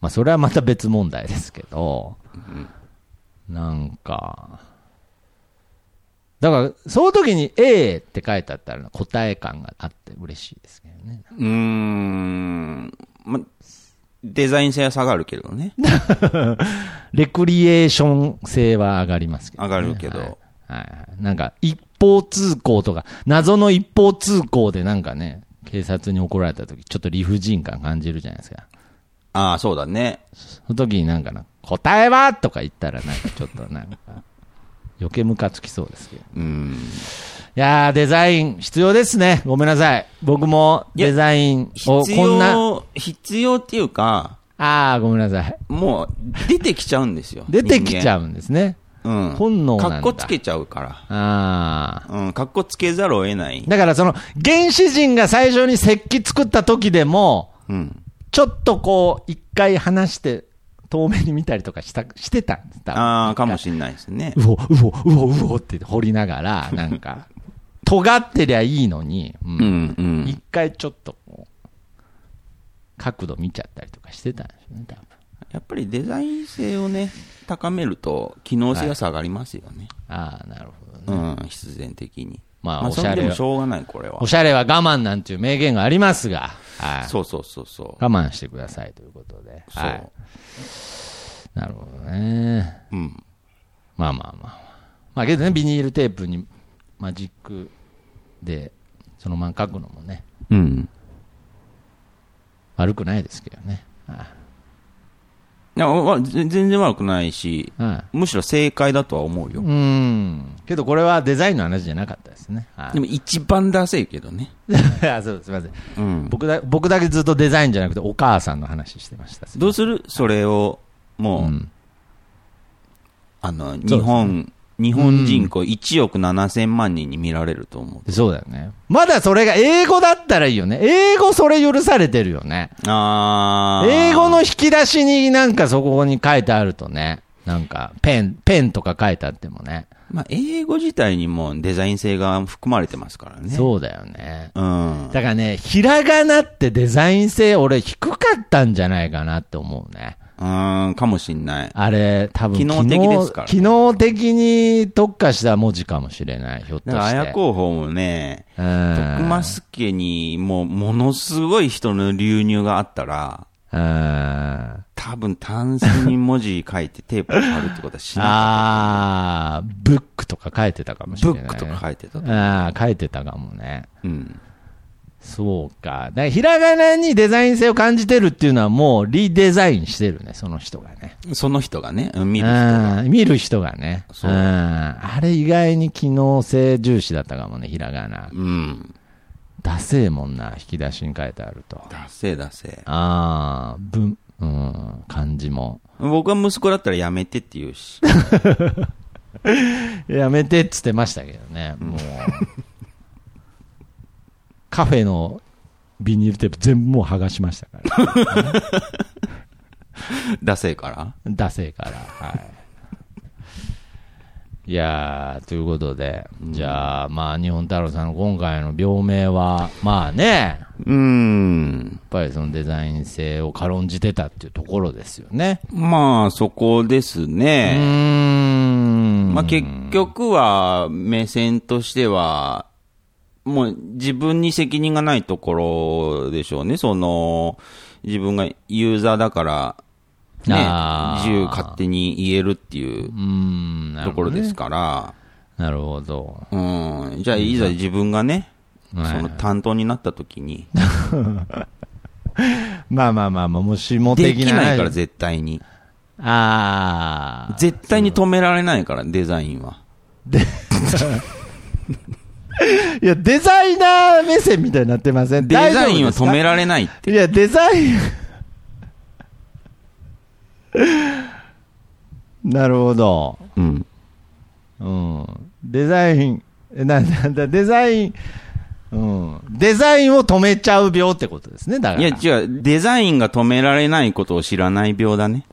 [SPEAKER 3] まあ、それはまた別問題ですけど、なんか、だから、その時に A って書いてあったら答え感があって嬉しいですけどね。
[SPEAKER 4] うーん、ま、デザイン性は下がるけどね。
[SPEAKER 3] レクリエーション性は上がりますけど、
[SPEAKER 4] 上がるけど
[SPEAKER 3] はいはいはいなんか、一方通行とか、謎の一方通行でなんかね、警察に怒られた時、ちょっと理不尽感感じるじゃないですか。
[SPEAKER 4] ああ、そうだね。
[SPEAKER 3] その時になんかな、答えはとか言ったらなんかちょっとなんか、余計ムカつきそうですけど。
[SPEAKER 4] うん。
[SPEAKER 3] いやー、デザイン必要ですね。ごめんなさい。僕もデザインを
[SPEAKER 4] 必
[SPEAKER 3] こんな、
[SPEAKER 4] 要、必要っていうか、
[SPEAKER 3] あー、ごめんなさい。。
[SPEAKER 4] もう出てきちゃうんですよ
[SPEAKER 3] 出てきちゃ
[SPEAKER 4] う。
[SPEAKER 3] うんですね。
[SPEAKER 4] うん。
[SPEAKER 3] 本能なんだ
[SPEAKER 4] かっこつけちゃうから。
[SPEAKER 3] あー。
[SPEAKER 4] うん、かっこつけざるを得ない。
[SPEAKER 3] だからその、原始人が最初に石器作った時でも、
[SPEAKER 4] うん。
[SPEAKER 3] ちょっとこう、一回話して、遠目に見たりとかした、してたんです。多分
[SPEAKER 4] ああ、かもしれないですね。
[SPEAKER 3] うお、うお、うお、うおって掘りながら、なんか、 尖ってりゃいいのに、う
[SPEAKER 4] うんん、うん。
[SPEAKER 3] 一回ちょっとこう、角度見ちゃったりとかしてたんでしょうね、多分。
[SPEAKER 4] やっぱりデザイン性をね、高めると、機能性が下がりますよね。
[SPEAKER 3] ああ、なるほどね。
[SPEAKER 4] うん、必然的に。
[SPEAKER 3] まあおし
[SPEAKER 4] そ
[SPEAKER 3] ゃれは
[SPEAKER 4] れでもしょうがない、これは
[SPEAKER 3] お。しゃれは我慢なんていう名言がありますが、はい。
[SPEAKER 4] そうそうそうそう。
[SPEAKER 3] 我慢してくださいということで。
[SPEAKER 4] そう
[SPEAKER 3] はい。なるほどね。
[SPEAKER 4] うん。
[SPEAKER 3] まあまあまあまあ。まあけどね、ビニールテープにマジックで、そのまま書くのもね、
[SPEAKER 4] うん。
[SPEAKER 3] 悪くないですけどね。はい
[SPEAKER 4] や、わ全全然悪くないし、
[SPEAKER 3] い。はい。
[SPEAKER 4] むしろ正解だとは思うよ
[SPEAKER 3] う。ん。けどこれはデザインの話じゃなかったですね。はい
[SPEAKER 4] でも一番ダセいけどね。
[SPEAKER 3] あそうすみません。
[SPEAKER 4] うん。
[SPEAKER 3] 僕だ僕だけずっとデザインじゃなくてお母さんの話してました。
[SPEAKER 4] どうするそれを、もう、
[SPEAKER 3] うん
[SPEAKER 4] あの、
[SPEAKER 3] すね
[SPEAKER 4] 日本、日本人口1億7千万人に見られると思
[SPEAKER 3] そうだよね。まだそれが英語だったらいいよね。英語それ許されてるよね。
[SPEAKER 4] う。あー
[SPEAKER 3] 英語の引き出しになんかそこに書いてあるとね。なんか、ペン、ペンとか書いてあってもね。
[SPEAKER 4] まあ、英語自体にもデザイン性が含まれてますからね。う。
[SPEAKER 3] そうだよね。
[SPEAKER 4] うん。
[SPEAKER 3] だからね、ひらがなってデザイン性俺低かったんじゃないかなって思うね。
[SPEAKER 4] うん、かもしんない。
[SPEAKER 3] あれ、多分
[SPEAKER 4] 機能的ですからね
[SPEAKER 3] 機能的に特化した文字かもしれない。ひょっと
[SPEAKER 4] だ
[SPEAKER 3] し
[SPEAKER 4] か
[SPEAKER 3] て。
[SPEAKER 4] ら、綾候補もね、
[SPEAKER 3] うん
[SPEAKER 4] 徳増家にもう、ものすごい人の流入があったら、
[SPEAKER 3] あ
[SPEAKER 4] 多分、タンスに文字書いてテープを貼るってことはしな
[SPEAKER 3] あー、ブックとか書いてたかも
[SPEAKER 4] い。
[SPEAKER 3] しれ
[SPEAKER 4] ブ
[SPEAKER 3] ない、
[SPEAKER 4] ックとか書いてたと。
[SPEAKER 3] ああ、書いてたかもね。
[SPEAKER 4] うん。
[SPEAKER 3] そうか。だからひらがなにデザイン性を感じてるっていうのはもうリデザインしてるね、その人がね。
[SPEAKER 4] その人がね、うん見る人が。
[SPEAKER 3] あー見る人がね。う
[SPEAKER 4] そ
[SPEAKER 3] ん
[SPEAKER 4] う
[SPEAKER 3] あれ意外に機能性重視だったかもね、ひらがな。
[SPEAKER 4] うん。
[SPEAKER 3] ダセえもんな、引き出しに書いてあると。
[SPEAKER 4] だせだせ。
[SPEAKER 3] ああ、文、うん、漢字も。
[SPEAKER 4] 僕は息子だったらやめてって言うし。
[SPEAKER 3] やめてっつってましたけどね、もう。 カフェの
[SPEAKER 5] ビニールテープ全部もう剥がしましたから。
[SPEAKER 4] ダセえから。
[SPEAKER 3] ダセえから。はい。いやー、ということで、じゃあ、まあ、日本太郎さんの今回の病名は、まあね、や
[SPEAKER 4] うーん。
[SPEAKER 3] っぱりそのデザイン性を軽んじてたっていうところですよね。
[SPEAKER 4] まあ、そこです
[SPEAKER 3] うー
[SPEAKER 4] ね。
[SPEAKER 3] ん。
[SPEAKER 4] まあ、結局は、目線としては、もう自分に責任がないところでしょうね。その、自分がユーザーだから、ね、
[SPEAKER 3] あー
[SPEAKER 4] 自由勝手に言えるっていう
[SPEAKER 3] うーん、なる
[SPEAKER 4] と
[SPEAKER 3] ほ
[SPEAKER 4] こ
[SPEAKER 3] ど
[SPEAKER 4] ろ
[SPEAKER 3] ね
[SPEAKER 4] ですから、
[SPEAKER 3] なるほど。
[SPEAKER 4] うん。じゃあ、いざ自分がね、
[SPEAKER 3] はい
[SPEAKER 4] その担当になった時に、
[SPEAKER 3] まあまあまあまあ、もしも
[SPEAKER 4] で
[SPEAKER 3] 的な。
[SPEAKER 4] きないから絶対に。
[SPEAKER 3] ああ。
[SPEAKER 4] 絶対に止められないから、デザインは。
[SPEAKER 5] いや、デザイナー目線みたいになってません
[SPEAKER 4] デザインを止め
[SPEAKER 5] ら
[SPEAKER 4] られない。
[SPEAKER 5] いや、デザイン。 なるほど。
[SPEAKER 4] うん。
[SPEAKER 5] うん。デザイン、えな、なんだ、デザイン、うん。デザインを止めちゃう病ってことですね、だから。
[SPEAKER 4] いや、違う、デザインが止められないことを知らない病だね。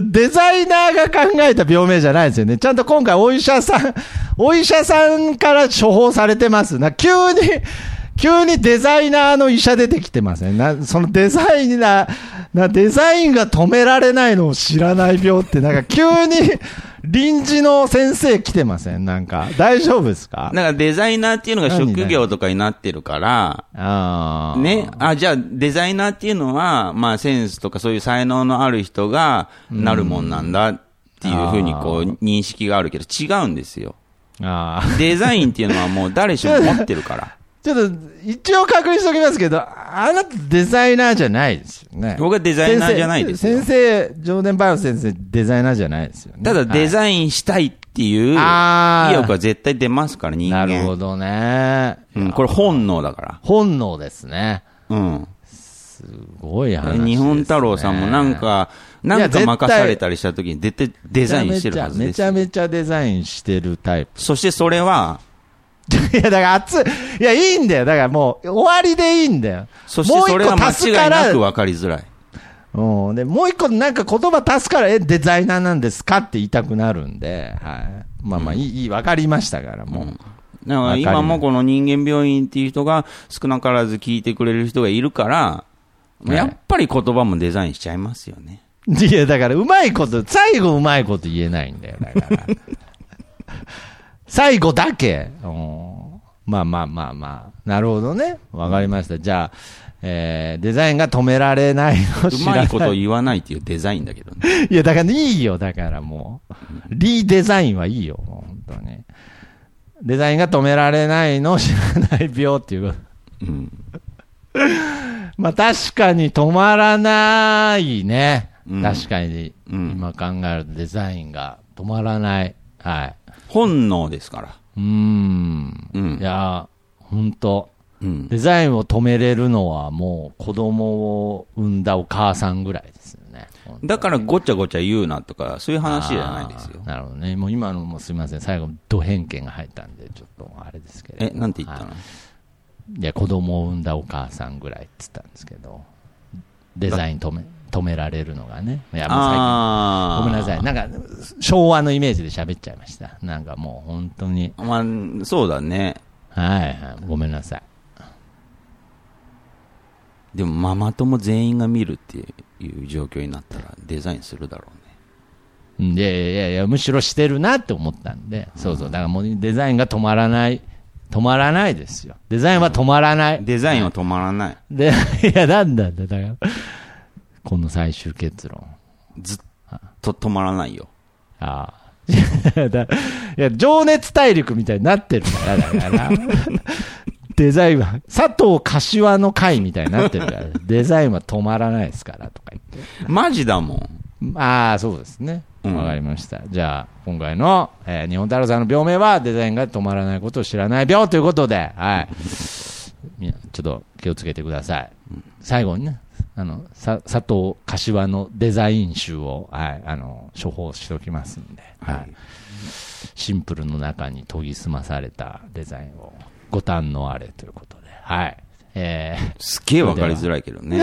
[SPEAKER 5] デザイナーが考えた病名じゃないですよね。ちゃんと 今回お医者さん、お医者さんから処方されてます。な、急に、
[SPEAKER 3] 急にデザイナーの医者出てきてますね。なそのデザイナー、なデザインが止められないのを知らない病って、なんか急に 臨時の先生来てませんなんか、大丈夫ですか
[SPEAKER 4] なんかデザイナーっていうのが職業とかになってるから、
[SPEAKER 3] ああ。
[SPEAKER 4] ね、あ、じゃあデザイナーっていうのは、まあセンスとかそういう才能のある人がなるもんなんだっていうふうにこう認識があるけど違うんですよ。
[SPEAKER 3] ああ。
[SPEAKER 4] デザインっていうのはもう誰しも持ってる から。
[SPEAKER 3] ちょっと、一応確認しておきますけど、あなたデザイナーじゃないですよね。
[SPEAKER 4] 僕はデザイナーじゃないですよ
[SPEAKER 3] 先生、先生ジョーデン・バイオ先生、デザイナーじゃないですよね。
[SPEAKER 4] ただデ
[SPEAKER 3] イ
[SPEAKER 4] ザインしたいっていう意欲
[SPEAKER 3] あー
[SPEAKER 4] は絶対出ますから人
[SPEAKER 3] な
[SPEAKER 4] 間。
[SPEAKER 3] るほどね。
[SPEAKER 4] うん、これ本能だか
[SPEAKER 3] 本能ですね。
[SPEAKER 4] ら。うん。
[SPEAKER 3] すごい話です、ね。
[SPEAKER 4] 日本太郎さんもなんか、
[SPEAKER 3] い
[SPEAKER 4] な
[SPEAKER 3] や
[SPEAKER 4] んか
[SPEAKER 3] 絶対
[SPEAKER 4] 任されたりした時に絶対デザインしてるはずで
[SPEAKER 3] め
[SPEAKER 4] す
[SPEAKER 3] ちゃ
[SPEAKER 4] よ。
[SPEAKER 3] めちゃめちゃデザインしてるタイプ。
[SPEAKER 4] そしてそれは、
[SPEAKER 3] いや、だから熱い。いや、いいんだよ。だからもう、終わりでいいんだよ。
[SPEAKER 4] そして
[SPEAKER 3] もう一
[SPEAKER 4] それ
[SPEAKER 3] 個
[SPEAKER 4] は間
[SPEAKER 3] 足す
[SPEAKER 4] 違
[SPEAKER 3] か
[SPEAKER 4] いな
[SPEAKER 3] ら
[SPEAKER 4] く分かりづらい。
[SPEAKER 3] うん、でもう一個、なんか言葉足すから、え、デザイナーなんですかって言いたくなるんで、はい、まあまあ、いい、いい、わかりましたから、もう。
[SPEAKER 4] だから今もこの人間病院っていう人が少なからず聞いてくれる人がいるから、
[SPEAKER 3] い
[SPEAKER 4] やっぱり言葉もデザインしちゃいますよね。
[SPEAKER 3] いや、だから、うまいこと、最後うまいこと言えないんだよ、だから。 最後だけ。うんまあまあまあまあ。なるほどね。わかりました。じゃあ、えーデザインが止められないのを
[SPEAKER 4] う
[SPEAKER 3] 知ら
[SPEAKER 4] ま
[SPEAKER 3] ない
[SPEAKER 4] いこと言わないっていうデザインだけどね。
[SPEAKER 3] いや、だからいいよ、だからもう。リデザインはいいよ、もう本当に。デザインが止められないのを知らない病っていうこと。
[SPEAKER 4] うん。
[SPEAKER 3] まあ確かに止まらないね。
[SPEAKER 4] うん
[SPEAKER 3] 確かに、
[SPEAKER 4] うん
[SPEAKER 3] 今考えるとデザインが止まらない。はい。
[SPEAKER 4] 本能ですから。
[SPEAKER 3] うーん。
[SPEAKER 4] うん
[SPEAKER 3] いやー、ほんと。
[SPEAKER 4] うん。
[SPEAKER 3] デザインを止めれるのはもう子供を産んだお母さんぐらいですよね。
[SPEAKER 4] だからごちゃごちゃ言うなとか、そういう話じゃないですよ
[SPEAKER 3] あー。なるほどね。もう今のもすみません。最後、ド偏見が入ったんで、ちょっとあれですけれど
[SPEAKER 4] え、
[SPEAKER 3] も。
[SPEAKER 4] なんて言ったの
[SPEAKER 3] はいいや、子供を産んだお母さんぐらいって言ったんですけど、デザイン止め、止められるのがね。いや、もう最近。
[SPEAKER 4] あ
[SPEAKER 3] ごめんなさい。なんか、昭和のイメージで喋っちゃいました。なんかもう本当に。
[SPEAKER 4] い。まあ、そうだね。
[SPEAKER 3] はいはい。ごめんなさい。
[SPEAKER 4] でもママ友全員が見るっていう状況になったらデザインするだろうね。
[SPEAKER 3] うんいやいやいや、むしろしてるなって思ったんで。そうそう。だからもうデザインが止まらない。止まらないですよ。デザインは止まらない。
[SPEAKER 4] デザインは止まらない。
[SPEAKER 3] で、いや、なんだんだ、だから。この最終結論。
[SPEAKER 4] ずっと止まらないよ。
[SPEAKER 3] ああ。 だいや、情熱大陸みたいになってるから、だから。デザインは、佐藤柏の会みたいになってるから、デザインは止まらないですから、とか言って。
[SPEAKER 4] マジだもん。
[SPEAKER 3] ああ、そうですね。
[SPEAKER 4] うん
[SPEAKER 3] わかりました。じゃあ、今回の、えー日本太郎さんの病名は、デザインが止まらないことを知らない病ということで、はい。みんなちょっと気をつけてください。最後にね、あの、さ佐藤柏のデザイン集を、はい、あの、処方しておきますんで、はい。
[SPEAKER 4] はい
[SPEAKER 3] シンプルの中に研ぎ澄まされたデザインをご堪能あれということで、はい。えー
[SPEAKER 4] すっげえわかりづらいけどね。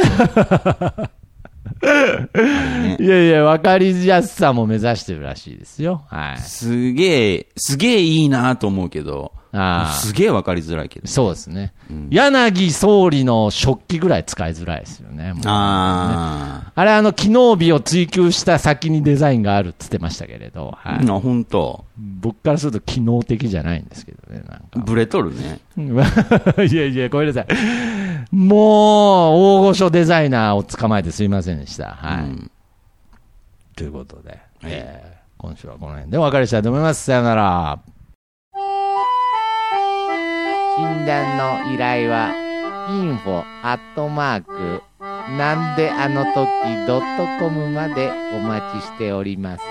[SPEAKER 3] いやいや、わかりやすさも目指してるらしいですよ。はい。
[SPEAKER 4] すげえ、すげえいいなと思うけど、
[SPEAKER 3] あー
[SPEAKER 4] すげえわかりづらいけど。
[SPEAKER 3] そうですね。柳総理の食器ぐらい使いづらいですよね。もう
[SPEAKER 4] あ
[SPEAKER 3] あれ、あの、機能美を追求した先にデザインがあるっつってましたけれど、は
[SPEAKER 4] あ、
[SPEAKER 3] い
[SPEAKER 4] な、ほんと。
[SPEAKER 3] 僕からすると機能的じゃないんですけどね、なんか。
[SPEAKER 4] ブレとるね。
[SPEAKER 3] いやいや、ごめんなさい。もう、大御所デザイナーを捕まえてすいませんでした。はい。
[SPEAKER 4] うん
[SPEAKER 3] ということで、えー今週はこの辺でお別れしたいと思います。さよなら。
[SPEAKER 6] 診断の依頼は info アットマークなんであの時ドットコムまでお待ちしております。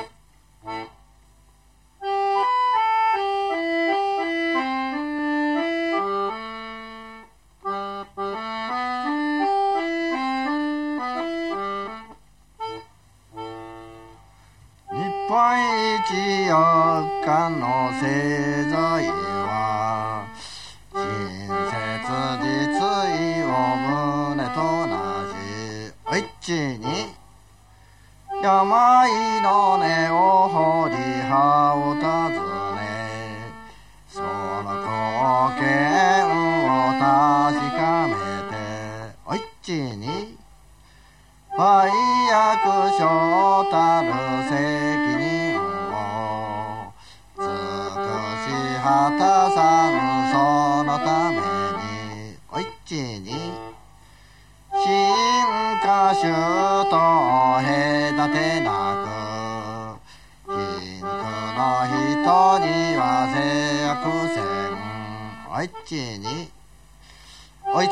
[SPEAKER 7] 日本一四日の製造業は親切実意を胸となしおいちに病の根を掘り葉を尋ねその貢献を確配役所たる責任を尽くし果たさぬそのためにおいちに進化種と隔てなく貧苦の人には制約せんおいちにおいち